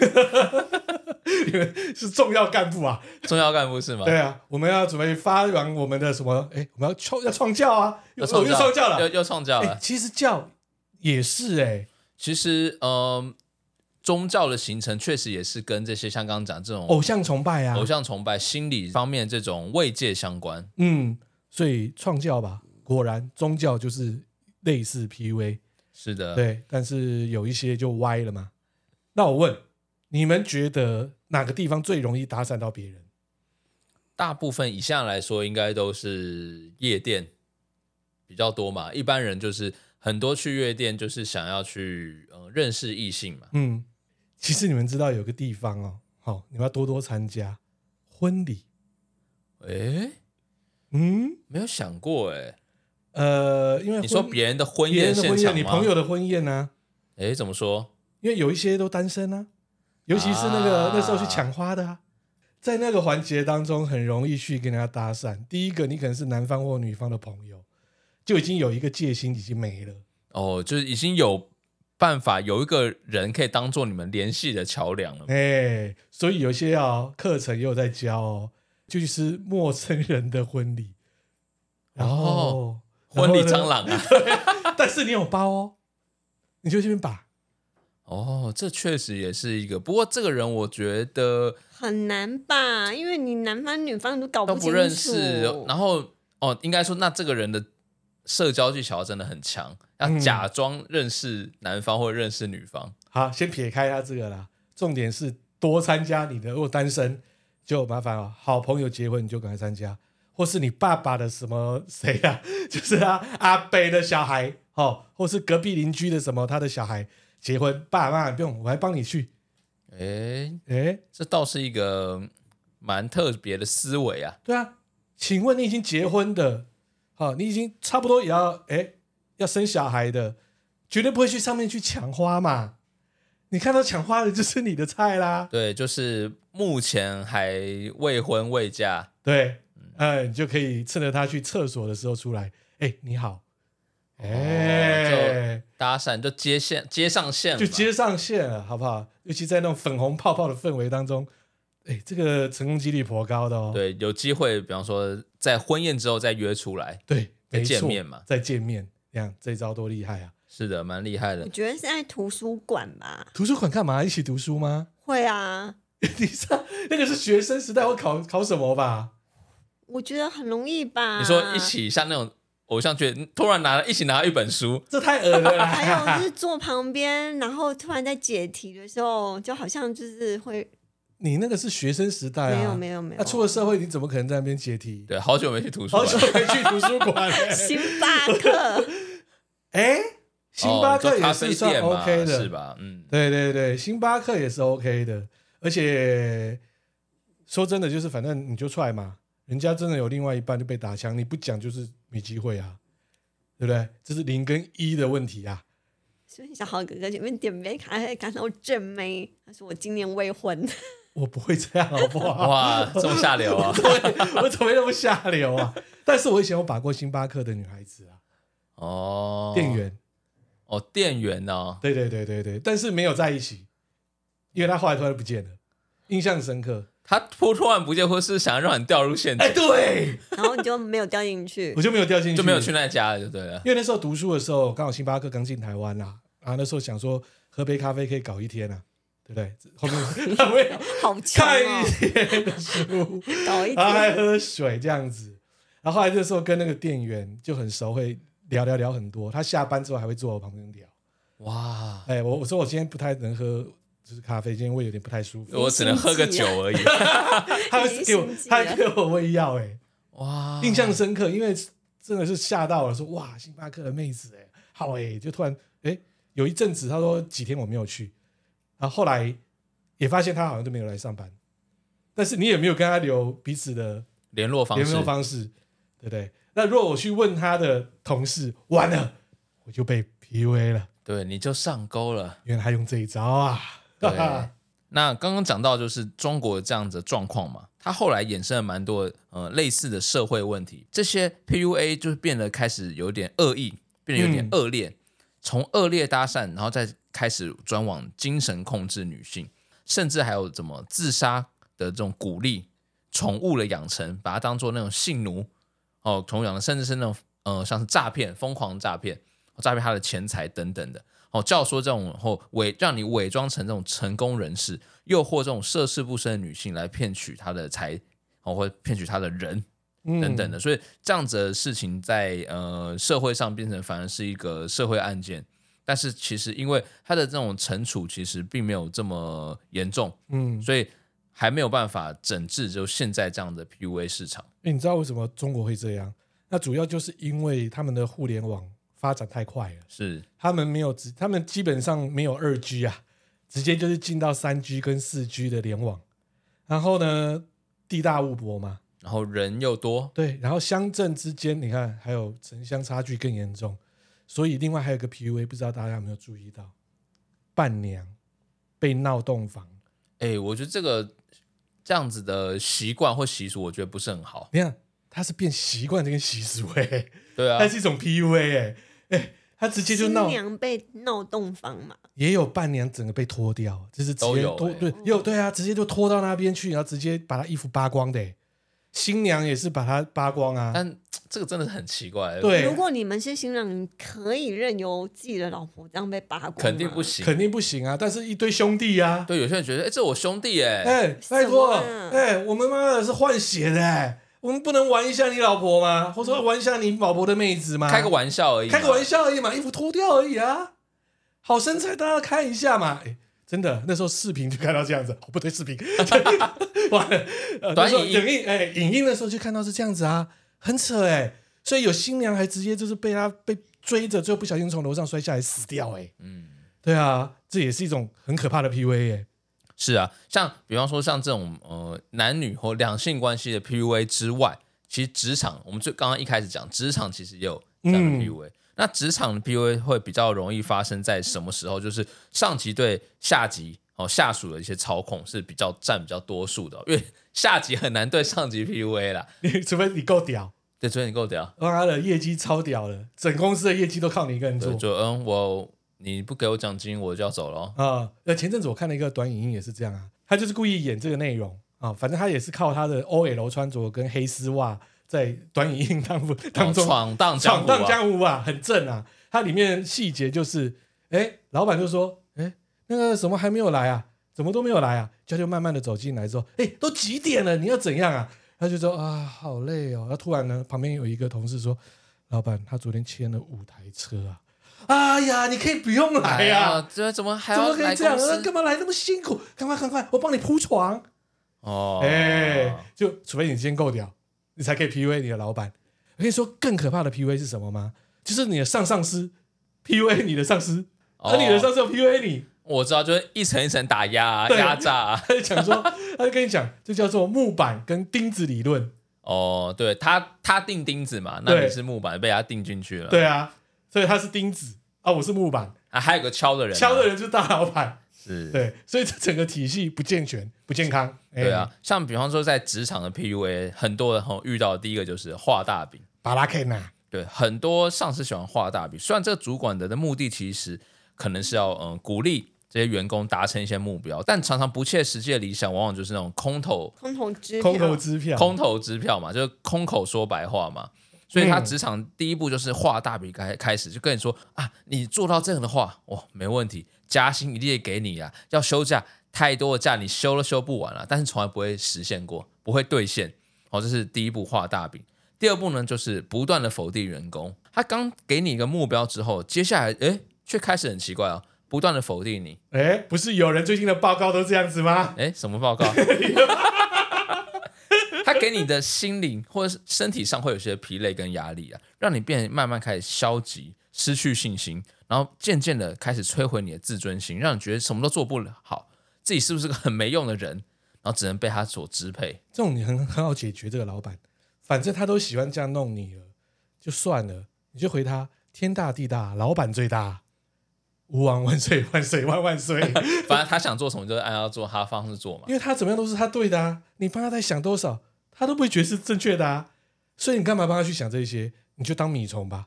Speaker 1: 你们是重要干部啊，
Speaker 2: 重要干部是吗？
Speaker 1: 对啊，我们要准备发扬我们的什么？哎、我们要创要创教啊，
Speaker 2: 又
Speaker 1: 又
Speaker 2: 创
Speaker 1: 又创教
Speaker 2: 又
Speaker 1: 了。
Speaker 2: 又创教
Speaker 1: 哎、
Speaker 2: 了。
Speaker 1: 其实教也是哎、
Speaker 2: 其实，嗯，宗教的形成确实也是跟这些像刚刚讲这种
Speaker 1: 偶像崇拜啊，
Speaker 2: 哦偶像崇拜、心理方面这种慰藉相关。
Speaker 1: 嗯，所以创教吧，果然宗教就是类似 PUA，
Speaker 2: 是的，
Speaker 1: 对，但是有一些就歪了嘛。那我问你们，觉得哪个地方最容易打散到别人？
Speaker 2: 大部分以下来说，应该都是夜店比较多嘛。一般人就是很多去夜店，就是想要去呃认识异性嘛。
Speaker 1: 嗯，其实你们知道有个地方哦，好、你们要多多参加婚礼。
Speaker 2: 诶，
Speaker 1: 嗯，
Speaker 2: 没有想过诶。
Speaker 1: 呃，因为
Speaker 2: 你说
Speaker 1: 婚
Speaker 2: 别人的婚
Speaker 1: 别
Speaker 2: 宴
Speaker 1: 人的
Speaker 2: 现
Speaker 1: 婚
Speaker 2: 场
Speaker 1: 宴，
Speaker 2: 吗？
Speaker 1: 你朋友的婚宴呢、
Speaker 2: 诶，怎么说？
Speaker 1: 因为有一些都单身啊，尤其是那个、
Speaker 2: 啊
Speaker 1: 那时候去抢花的啊，在那个环节当中，很容易去跟人家搭讪。第一个，你可能是男方或女方的朋友，就已经有一个戒心已经没了。
Speaker 2: 哦，就是已经有办法有一个人可以当做你们联系的桥梁了。
Speaker 1: 哎、所以有些啊、课程也有在教哦，就是陌生人的婚礼，然后、
Speaker 2: 哦
Speaker 1: 然
Speaker 2: 婚
Speaker 1: 后呢
Speaker 2: 礼蟑，螂啊！
Speaker 1: 但是你有包哦，你就这边把。
Speaker 2: 哦，这确实也是一个。不过这个人，我觉得
Speaker 3: 很难吧？因为你男方女方你都搞
Speaker 2: 都
Speaker 3: 清楚，
Speaker 2: 不认识。然后哦，应该说，那这个人的社交技巧真的很强，要
Speaker 1: 嗯
Speaker 2: 假装认识男方或认识女方。
Speaker 1: 好，先撇开他这个啦，重点是多参加你的。如果单身就麻烦了，哦好朋友结婚你就赶快参加，或是你爸爸的什么谁啊， 就是啊阿北的小孩，哦，或是隔壁邻居的什么他的小孩结婚，爸妈不用，我还帮你去。
Speaker 2: 诶，
Speaker 1: 诶，
Speaker 2: 这倒是一个蛮特别的思维啊。
Speaker 1: 对啊，请问你已经结婚的，好、你已经差不多也要诶要生小孩的，绝对不会去上面去抢花嘛。你看到抢花的就是你的菜啦。
Speaker 2: 对，就是目前还未婚未嫁，
Speaker 1: 对，
Speaker 2: 嗯
Speaker 1: 呃，你就可以趁着他去厕所的时候出来，哎、你好，
Speaker 2: 哦
Speaker 1: 哎、
Speaker 2: 搭讪就接线接上线了嘛，
Speaker 1: 就接上线了，好不好？尤其在那种粉红泡泡的氛围当中，哎、这个成功几率颇高的哦。
Speaker 2: 对，有机会，比方说在婚宴之后再约出来，
Speaker 1: 对，
Speaker 2: 再
Speaker 1: 没错
Speaker 2: 见面嘛
Speaker 1: 再见面，这样这招多厉害啊！
Speaker 2: 是的，蛮厉害
Speaker 3: 我
Speaker 2: 的。
Speaker 3: 觉得是在图书馆吧，
Speaker 1: 图书馆干嘛？一起读书吗？
Speaker 3: 会啊，
Speaker 1: 你上那个是学生时代会考考什么吧？
Speaker 3: 我觉得很容易吧。
Speaker 1: 嗯
Speaker 2: 你说一，起像那种偶像剧，突然拿了一起拿了一本书，
Speaker 1: 这太恶了 啦！
Speaker 3: 啊还有就是坐旁边，然后突然在解题的时候，就好像就是会
Speaker 1: 你那个是学生时代啊，
Speaker 3: 没有没有没有
Speaker 1: 那、出了社会，你怎么可能在那边解题？
Speaker 2: 对，好久没去图书
Speaker 1: 好
Speaker 2: 馆，
Speaker 1: 久没去图书 馆了、
Speaker 3: 星巴克，
Speaker 1: 哎，星巴克
Speaker 2: 哦就咖
Speaker 1: 也
Speaker 2: 啡
Speaker 1: 是
Speaker 2: 店
Speaker 1: 算
Speaker 2: 嘛
Speaker 1: OK 的，
Speaker 2: 是？吧？嗯，
Speaker 1: 对对对，星巴克也是 OK 的，而且说真的，就是反正你就出来嘛，人家真的有另外一半就被打枪，你不讲就是没机会啊，对不对？这是零跟一的问题啊。
Speaker 3: 所以小豪哥哥前面点杯咖啡，感到正妹。他说我今年 未婚，
Speaker 1: 我不会这样，好不好？
Speaker 2: 哇， 这么下流啊！
Speaker 1: 对，我怎么会那么下流啊？ 但是我以前有把过星巴克的女孩子啊，
Speaker 2: 哦，
Speaker 1: 店员，
Speaker 2: 哦，店员哦，
Speaker 1: 对对对对对，但是没有在一起，因为她后来突然不见了，印象深刻。
Speaker 2: 他突突然不见，或是想让你掉入陷阱
Speaker 1: 哎，，对，
Speaker 3: 然后你就没有掉进去
Speaker 1: 我。就没有掉进去，
Speaker 2: 就没有去那家了，就对了。
Speaker 1: 因为那时候读书的时候，刚好星巴克刚进台湾啦、啊，那时候想说喝杯咖啡可以搞一天啊，对不对？后 面后面
Speaker 3: 好强
Speaker 1: 看
Speaker 3: 哦
Speaker 2: 啊
Speaker 1: 一！天的书，
Speaker 3: 搞一
Speaker 1: 然后还
Speaker 3: 天，
Speaker 1: 喝水这样子，然后后来这时候跟那个店员就很熟，会聊聊聊很多。他下班之后还会坐我旁边聊。
Speaker 2: 哇，
Speaker 1: 哎，我我说我今天不太能喝就是咖啡，今天胃有点不太舒服。
Speaker 2: 我只能喝个
Speaker 3: 心悸
Speaker 2: 酒
Speaker 3: 啊
Speaker 2: 而已。
Speaker 1: 他还给我
Speaker 3: 已经心悸
Speaker 1: 他
Speaker 3: 了
Speaker 1: 还给我胃药哎、
Speaker 2: 哇，
Speaker 1: 印象深刻，因为真的是吓到了，说哇，星巴克的妹子哎、好哎、就突然哎、有一阵子他说几天我没有去，然后后来也发现他好像就没有来上班，但是你也没有跟他留彼此的
Speaker 2: 联络方
Speaker 1: 联
Speaker 2: 式
Speaker 1: 络方式，对不对？那如果我去问他的同事，完了我就被 PUA 了，
Speaker 2: 对，你就上钩了。
Speaker 1: 原来他用这一招啊！
Speaker 2: 对，那刚刚讲到就是中国这样子的状况嘛，它后来衍生了蛮多呃类似的社会问题，这些 PUA 就是变得开始有点恶意，变得有点
Speaker 1: 嗯
Speaker 2: 恶劣，从恶劣搭讪，然后再开始转往精神控制女性，甚至还有怎么自杀的这种鼓励，宠物的养成，把它当做那种性奴哦，宠物养的，甚至是那种呃像是诈骗、疯狂诈骗、诈骗他的钱财等等的。哦，教唆这种后伪让你伪装成这种成功人士，诱惑这种涉世不深的女性来骗取她的财，哦，或骗取她的人
Speaker 1: 嗯
Speaker 2: 等等的。所以这样子的事情在呃社会上变成反而是一个社会案件，但是其实因为它的这种惩处其实并没有这么严重，
Speaker 1: 嗯，
Speaker 2: 所以还没有办法整治就现在这样的 PUA 市场。
Speaker 1: 因为你知道为什么中国会这样？那主要就是因为他们的互联网发展太快了。
Speaker 2: 是
Speaker 1: 他们没有直，他们基本上没有二 G 啊，直接就是进到三 G 跟四 G 的联网。然后呢，地大物博嘛，
Speaker 2: 然后人又多，
Speaker 1: 对，然后乡镇之间，你看还有城乡差距更严重，所以另外还有一个 PUA，不知道大家有没有注意到，伴娘被闹洞房。
Speaker 2: 哎，我觉得这个这样子的习惯或习俗，我觉得不是很好。
Speaker 1: 你看，他是变习惯这个习俗哎、欸，
Speaker 2: 对啊
Speaker 1: 它，是一种 PUA 哎、欸、哎、他直接就
Speaker 3: 新
Speaker 1: 闹，
Speaker 3: 娘被闹洞房嘛，
Speaker 1: 也有伴娘整个被脱掉，就是直
Speaker 2: 都
Speaker 1: 接
Speaker 2: 有
Speaker 1: 脱、
Speaker 2: 欸
Speaker 3: 哦
Speaker 1: 对，有对啊，直接就脱到那边去，然后直接把她衣服扒光的欸、新娘也是把她扒光啊，
Speaker 2: 但这个真的很奇怪，
Speaker 1: 对
Speaker 3: 如果你们是新郎，你可以任由自己的老婆这样被拔光吗，
Speaker 2: 肯定不行。
Speaker 1: 肯定不行啊。但是一堆兄弟啊，
Speaker 2: 对，有些人觉得，哎，这我兄弟哎，
Speaker 1: 哎、拜托，
Speaker 3: 什么啊
Speaker 1: 哎、我们妈的是换血的、欸，我们不能玩一下你老婆吗？或者说玩一下你老婆的妹子吗？
Speaker 2: 开个玩笑而已嘛，
Speaker 1: 开个玩笑而已嘛，衣服脱掉而已啊，好身材大家看一下嘛。哎真的，那时候视频就看到这样子，哦、不对，视频 完了，呃、
Speaker 2: 短
Speaker 1: 那时候
Speaker 2: 影
Speaker 1: 影
Speaker 2: 音
Speaker 1: 音，哎、影音的时候就看到是这样子啊，很扯哎、所以有新娘还直接就是被他被追着，最后不小心从楼上摔下来死掉哎、
Speaker 2: 嗯，
Speaker 1: 对啊，这也是一种很可怕的 PUA 哎、
Speaker 2: 是啊，像比方说像这种呃男女或两性关系的 PUA 之外，其实职场我们最刚刚一开始讲，职场其实也有这样的
Speaker 1: 嗯
Speaker 2: PUA。那职场的 PUA 会比较容易发生在什么时候？就是上级对下级哦下属的一些操控是比较占比较多数的哦，因为 下级很难对上级 PUA 啦。
Speaker 1: 除非你够屌，
Speaker 2: 对，所以你够屌，
Speaker 1: 妈的业绩超屌了，整公司的业绩都靠你一个人做
Speaker 2: 对，就嗯，我你不给我奖金，我就要走了哦。
Speaker 1: 啊、呃，前阵子我看了一个短影音，也是这样啊，他就是故意演这个内容啊、反正他也是靠他的 OL 穿着跟黑丝袜在短影音当中当中
Speaker 2: 闯荡
Speaker 1: 闯
Speaker 2: 江湖、啊，
Speaker 1: 荡江湖啊，很正啊。它里面细节就是，哎，老板就说，哎，那个什么还没有来啊，怎么都没有来啊？他就慢慢的走进来之后，哎，都几点了，你要怎样啊？他就说啊，好累哦。那突然呢，旁边有一个同事说，老板，他昨天签了五台车啊。哎呀，你可以不用来
Speaker 2: 哎
Speaker 1: 呀、啊。
Speaker 2: 呀，这怎么还
Speaker 1: 怎
Speaker 2: 要
Speaker 1: 么可以
Speaker 2: 来
Speaker 1: 这样
Speaker 2: 公
Speaker 1: 啊？
Speaker 2: 司？
Speaker 1: 干嘛来那么辛苦？赶快赶快，我帮你铺床。
Speaker 2: 哦，
Speaker 1: 哎、就除非你先够屌，你才可以 PUA 你的老板。我跟你说，更可怕的 PUA 是什么吗？就是你的上上司 PUA 你的上司，啊
Speaker 2: 哦
Speaker 1: 而你的上司又 PUA 你，
Speaker 2: 我知道，就是一层一层打压啊、
Speaker 1: 对
Speaker 2: 压榨啊。
Speaker 1: 他就讲 说，他就跟你讲，这叫做木板跟钉子理论。
Speaker 2: 哦，对他，他钉钉子嘛，那
Speaker 1: 对
Speaker 2: 你是木板被他钉进去了。
Speaker 1: 对啊，所以他是钉子啊，我是木板，
Speaker 2: 啊，还有个敲的人啊、
Speaker 1: 敲的人就是大老板。
Speaker 2: 是，
Speaker 1: 对，所以这整个体系不健全、不健康。哎
Speaker 2: 对，啊。像比方说在职场的 PUA，很多人吼遇到的第一个就是画大饼。
Speaker 1: 巴拉 K 呐，
Speaker 2: 对，很多上司喜欢画大饼，虽然这个主管的的目的其实可能是要嗯、呃鼓励这些员工达成一些目标，但常常不切实际的理想，往往就是那种空头
Speaker 3: 空头支
Speaker 1: 空
Speaker 3: 票
Speaker 1: 头支票，
Speaker 2: 空头支票嘛，就是空口说白话嘛。所以他
Speaker 1: 嗯
Speaker 2: 职场第一步就是画大饼开开始，就跟你说啊，你做到这样的话，哇，没问题，加薪一定给你啊。要休假太多的假，你啊休都休不完了、但是从来不会实现过，不会兑现。哦，这是第一步画大饼。第二步呢，就是不断的否定员工。他刚给你一个目标之后，接下来诶却开始很奇怪哦，不断的否定你。
Speaker 1: 哎，不是有人最近的报告都这样子吗？
Speaker 2: 诶，哎什么报告？ 他给你的心灵或者是身体上会有些疲累跟压力啊，让你变得慢慢开始消极，失去信心，然后渐渐的开始摧毁你的自尊心，让你觉得什么都做不好，自己是不是个很没用的人，然后只能被他所支配。
Speaker 1: 这种你很很好解决，这个老板，反正他都喜欢这样弄你了，就算了，你就回他天大地大，老板最大，吾王万岁万岁万万岁，
Speaker 2: 反正他想做什么就是按照做他的方式做嘛
Speaker 1: 因。为他怎么样都是他对的啊，你帮他在想多少，他都不会觉得是正确的啊，所以你干嘛帮他去想这些？你就当米虫吧，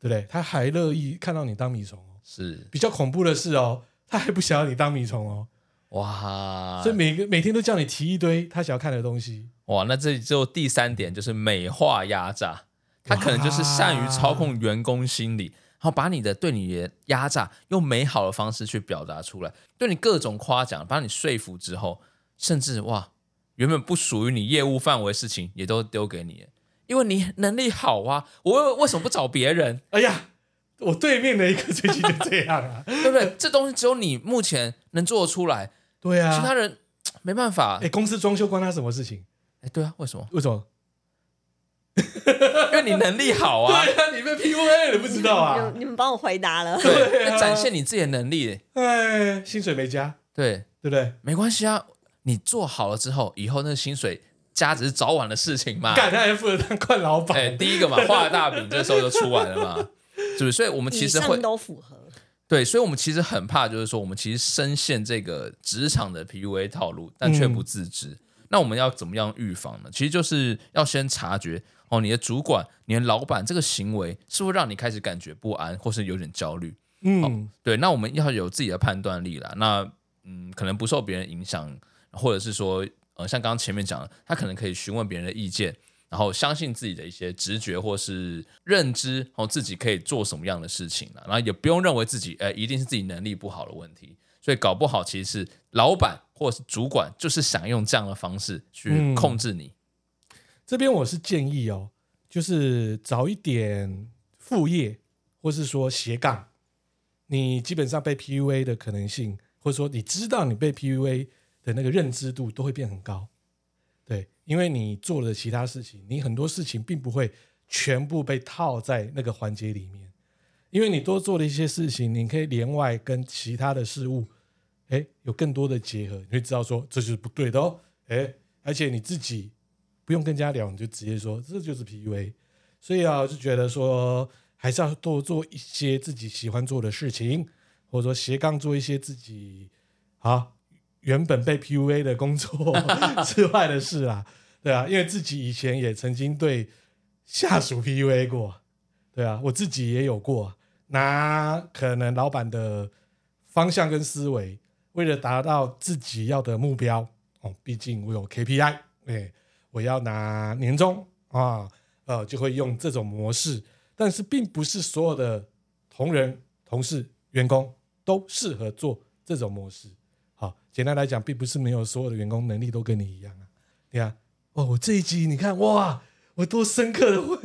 Speaker 1: 对不对？他还乐意看到你当米虫哦。
Speaker 2: 是
Speaker 1: 比较恐怖的是哦，他还不想要你当米虫哦，
Speaker 2: 哇啊
Speaker 1: 所，以每个每天都叫你提一堆他想要看的东西。
Speaker 2: 哇，那这就第三点就是美化压榨，他可能就是善于操控员工心理，然后把你的对你的压榨用美好的方式去表达出来，对你各种夸奖，把你说服之后，甚至哇，原本不属于你业务范围的事情也都丢给你了，因为你能力好啊，我为为什么不找别人？
Speaker 1: 哎呀，我对面的一个最近就这样啊，
Speaker 2: 对不对？这东西只有你目前能做得出来，
Speaker 1: 对
Speaker 2: 其
Speaker 1: 啊
Speaker 2: 他。人没办法。
Speaker 1: 哎，公司装修关他什么事情？
Speaker 2: 哎，对啊，为什么？
Speaker 1: 为什么？
Speaker 2: 因为你能力好啊，
Speaker 1: 啊， 你被 PUA 了，不知道啊
Speaker 3: 你们？你们帮我回答了，
Speaker 2: 对，要展现你自己的能力，
Speaker 1: 哎，薪水没加，
Speaker 2: 对，
Speaker 1: 对不对？
Speaker 2: 没关系啊，你做好了之后，以后那个薪水加只是早晚的事情嘛。
Speaker 1: 干他还负责当惯老
Speaker 2: 哎，
Speaker 1: 板，
Speaker 2: 第一个嘛，画大饼，这时候就出来了嘛，是不是？所以我们 其
Speaker 3: 以
Speaker 2: 实
Speaker 3: 上
Speaker 2: 会
Speaker 3: 都符合。
Speaker 2: 对，所以我们其实很怕，就是说我们其实深陷这个职场的 PUA 套路，但却不自知。那我们要怎么样预防呢？其实就是要先察觉哦，你的主管、你的老板这个行为是不是让你开始感觉不安，或是有点焦虑？
Speaker 1: 嗯，
Speaker 2: 对，那我们要有自己的判断力啦。那嗯，可能不受别人影响，或者是说，呃，像刚刚前面讲的，他可能可以询问别人的意见，然后相信自己的一些直觉或是认知，哦，自己可以做什么样的事情啦。然后也不用认为自己，呃，一定是自己能力不好的问题。所以搞不好其实是老板或者是主管就是想用这样的方式去
Speaker 1: 嗯
Speaker 2: 控制你。
Speaker 1: 这边我是建议哦，就是找一点副业，或是说斜杠，你基本上被 PUA 的可能性，或者说你知道你被 PUA 的那个认知度都会变很高。对，因为你做了其他事情，你很多事情并不会全部被套在那个环节里面，因为你多做了一些事情，你可以连外跟其他的事物，哎，有更多的结合，你会知道说这就是不对的哦，哎，而且你自己不用跟人家聊，你就直接说这就是 PUA。所以啊，就觉得说还是要多做一些自己喜欢做的事情，或者说斜杠做一些自己啊原本被 PUA 的工作之外的事啦，对啊，因为自己以前也曾经对下属 PUA 过，对啊，我自己也有过，拿可能老板的方向跟思维，为了达到自己要的目标哦，毕竟我有 KPI，哎、我要拿年终啊，呃，就会用这种模式。但是并不是所有的同仁、同事、员工都适合做这种模式。好，简单来讲，并不是没有所有的员工能力都跟你一样啊。你看，哦，我这一集你看，哇，我多深刻的 会，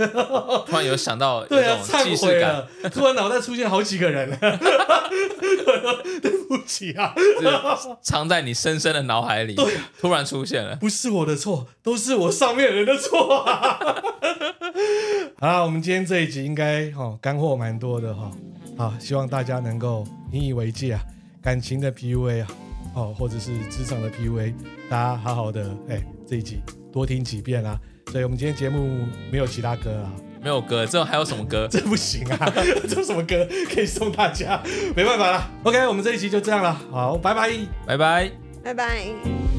Speaker 2: 突然有想到 一
Speaker 1: 对啊，
Speaker 2: 种
Speaker 1: 忏
Speaker 2: 既
Speaker 1: 悔
Speaker 2: 视感，
Speaker 1: 了， 突然脑袋出现好几个人了， 对不起啊，
Speaker 2: 就是藏在你深深的脑 海里，突然出现了。
Speaker 1: 不是我的错，都是我上面人的错、啊。 好啦，我们今天这一集应该哦干货蛮多的哈、好，希望大家能够引以为戒啊，感情的 PUA 啊，哦，或者是职场的 PUA，大家好好的哎、这一集多听几遍啦、所以我们今天节目没有其他歌啊，
Speaker 2: 没有歌，这还有什么歌？
Speaker 1: 这不行啊， 这什么歌可以送大家？没办法啦。OK，我们这一集就这样了，好，拜拜。
Speaker 2: 拜拜。
Speaker 3: 拜拜。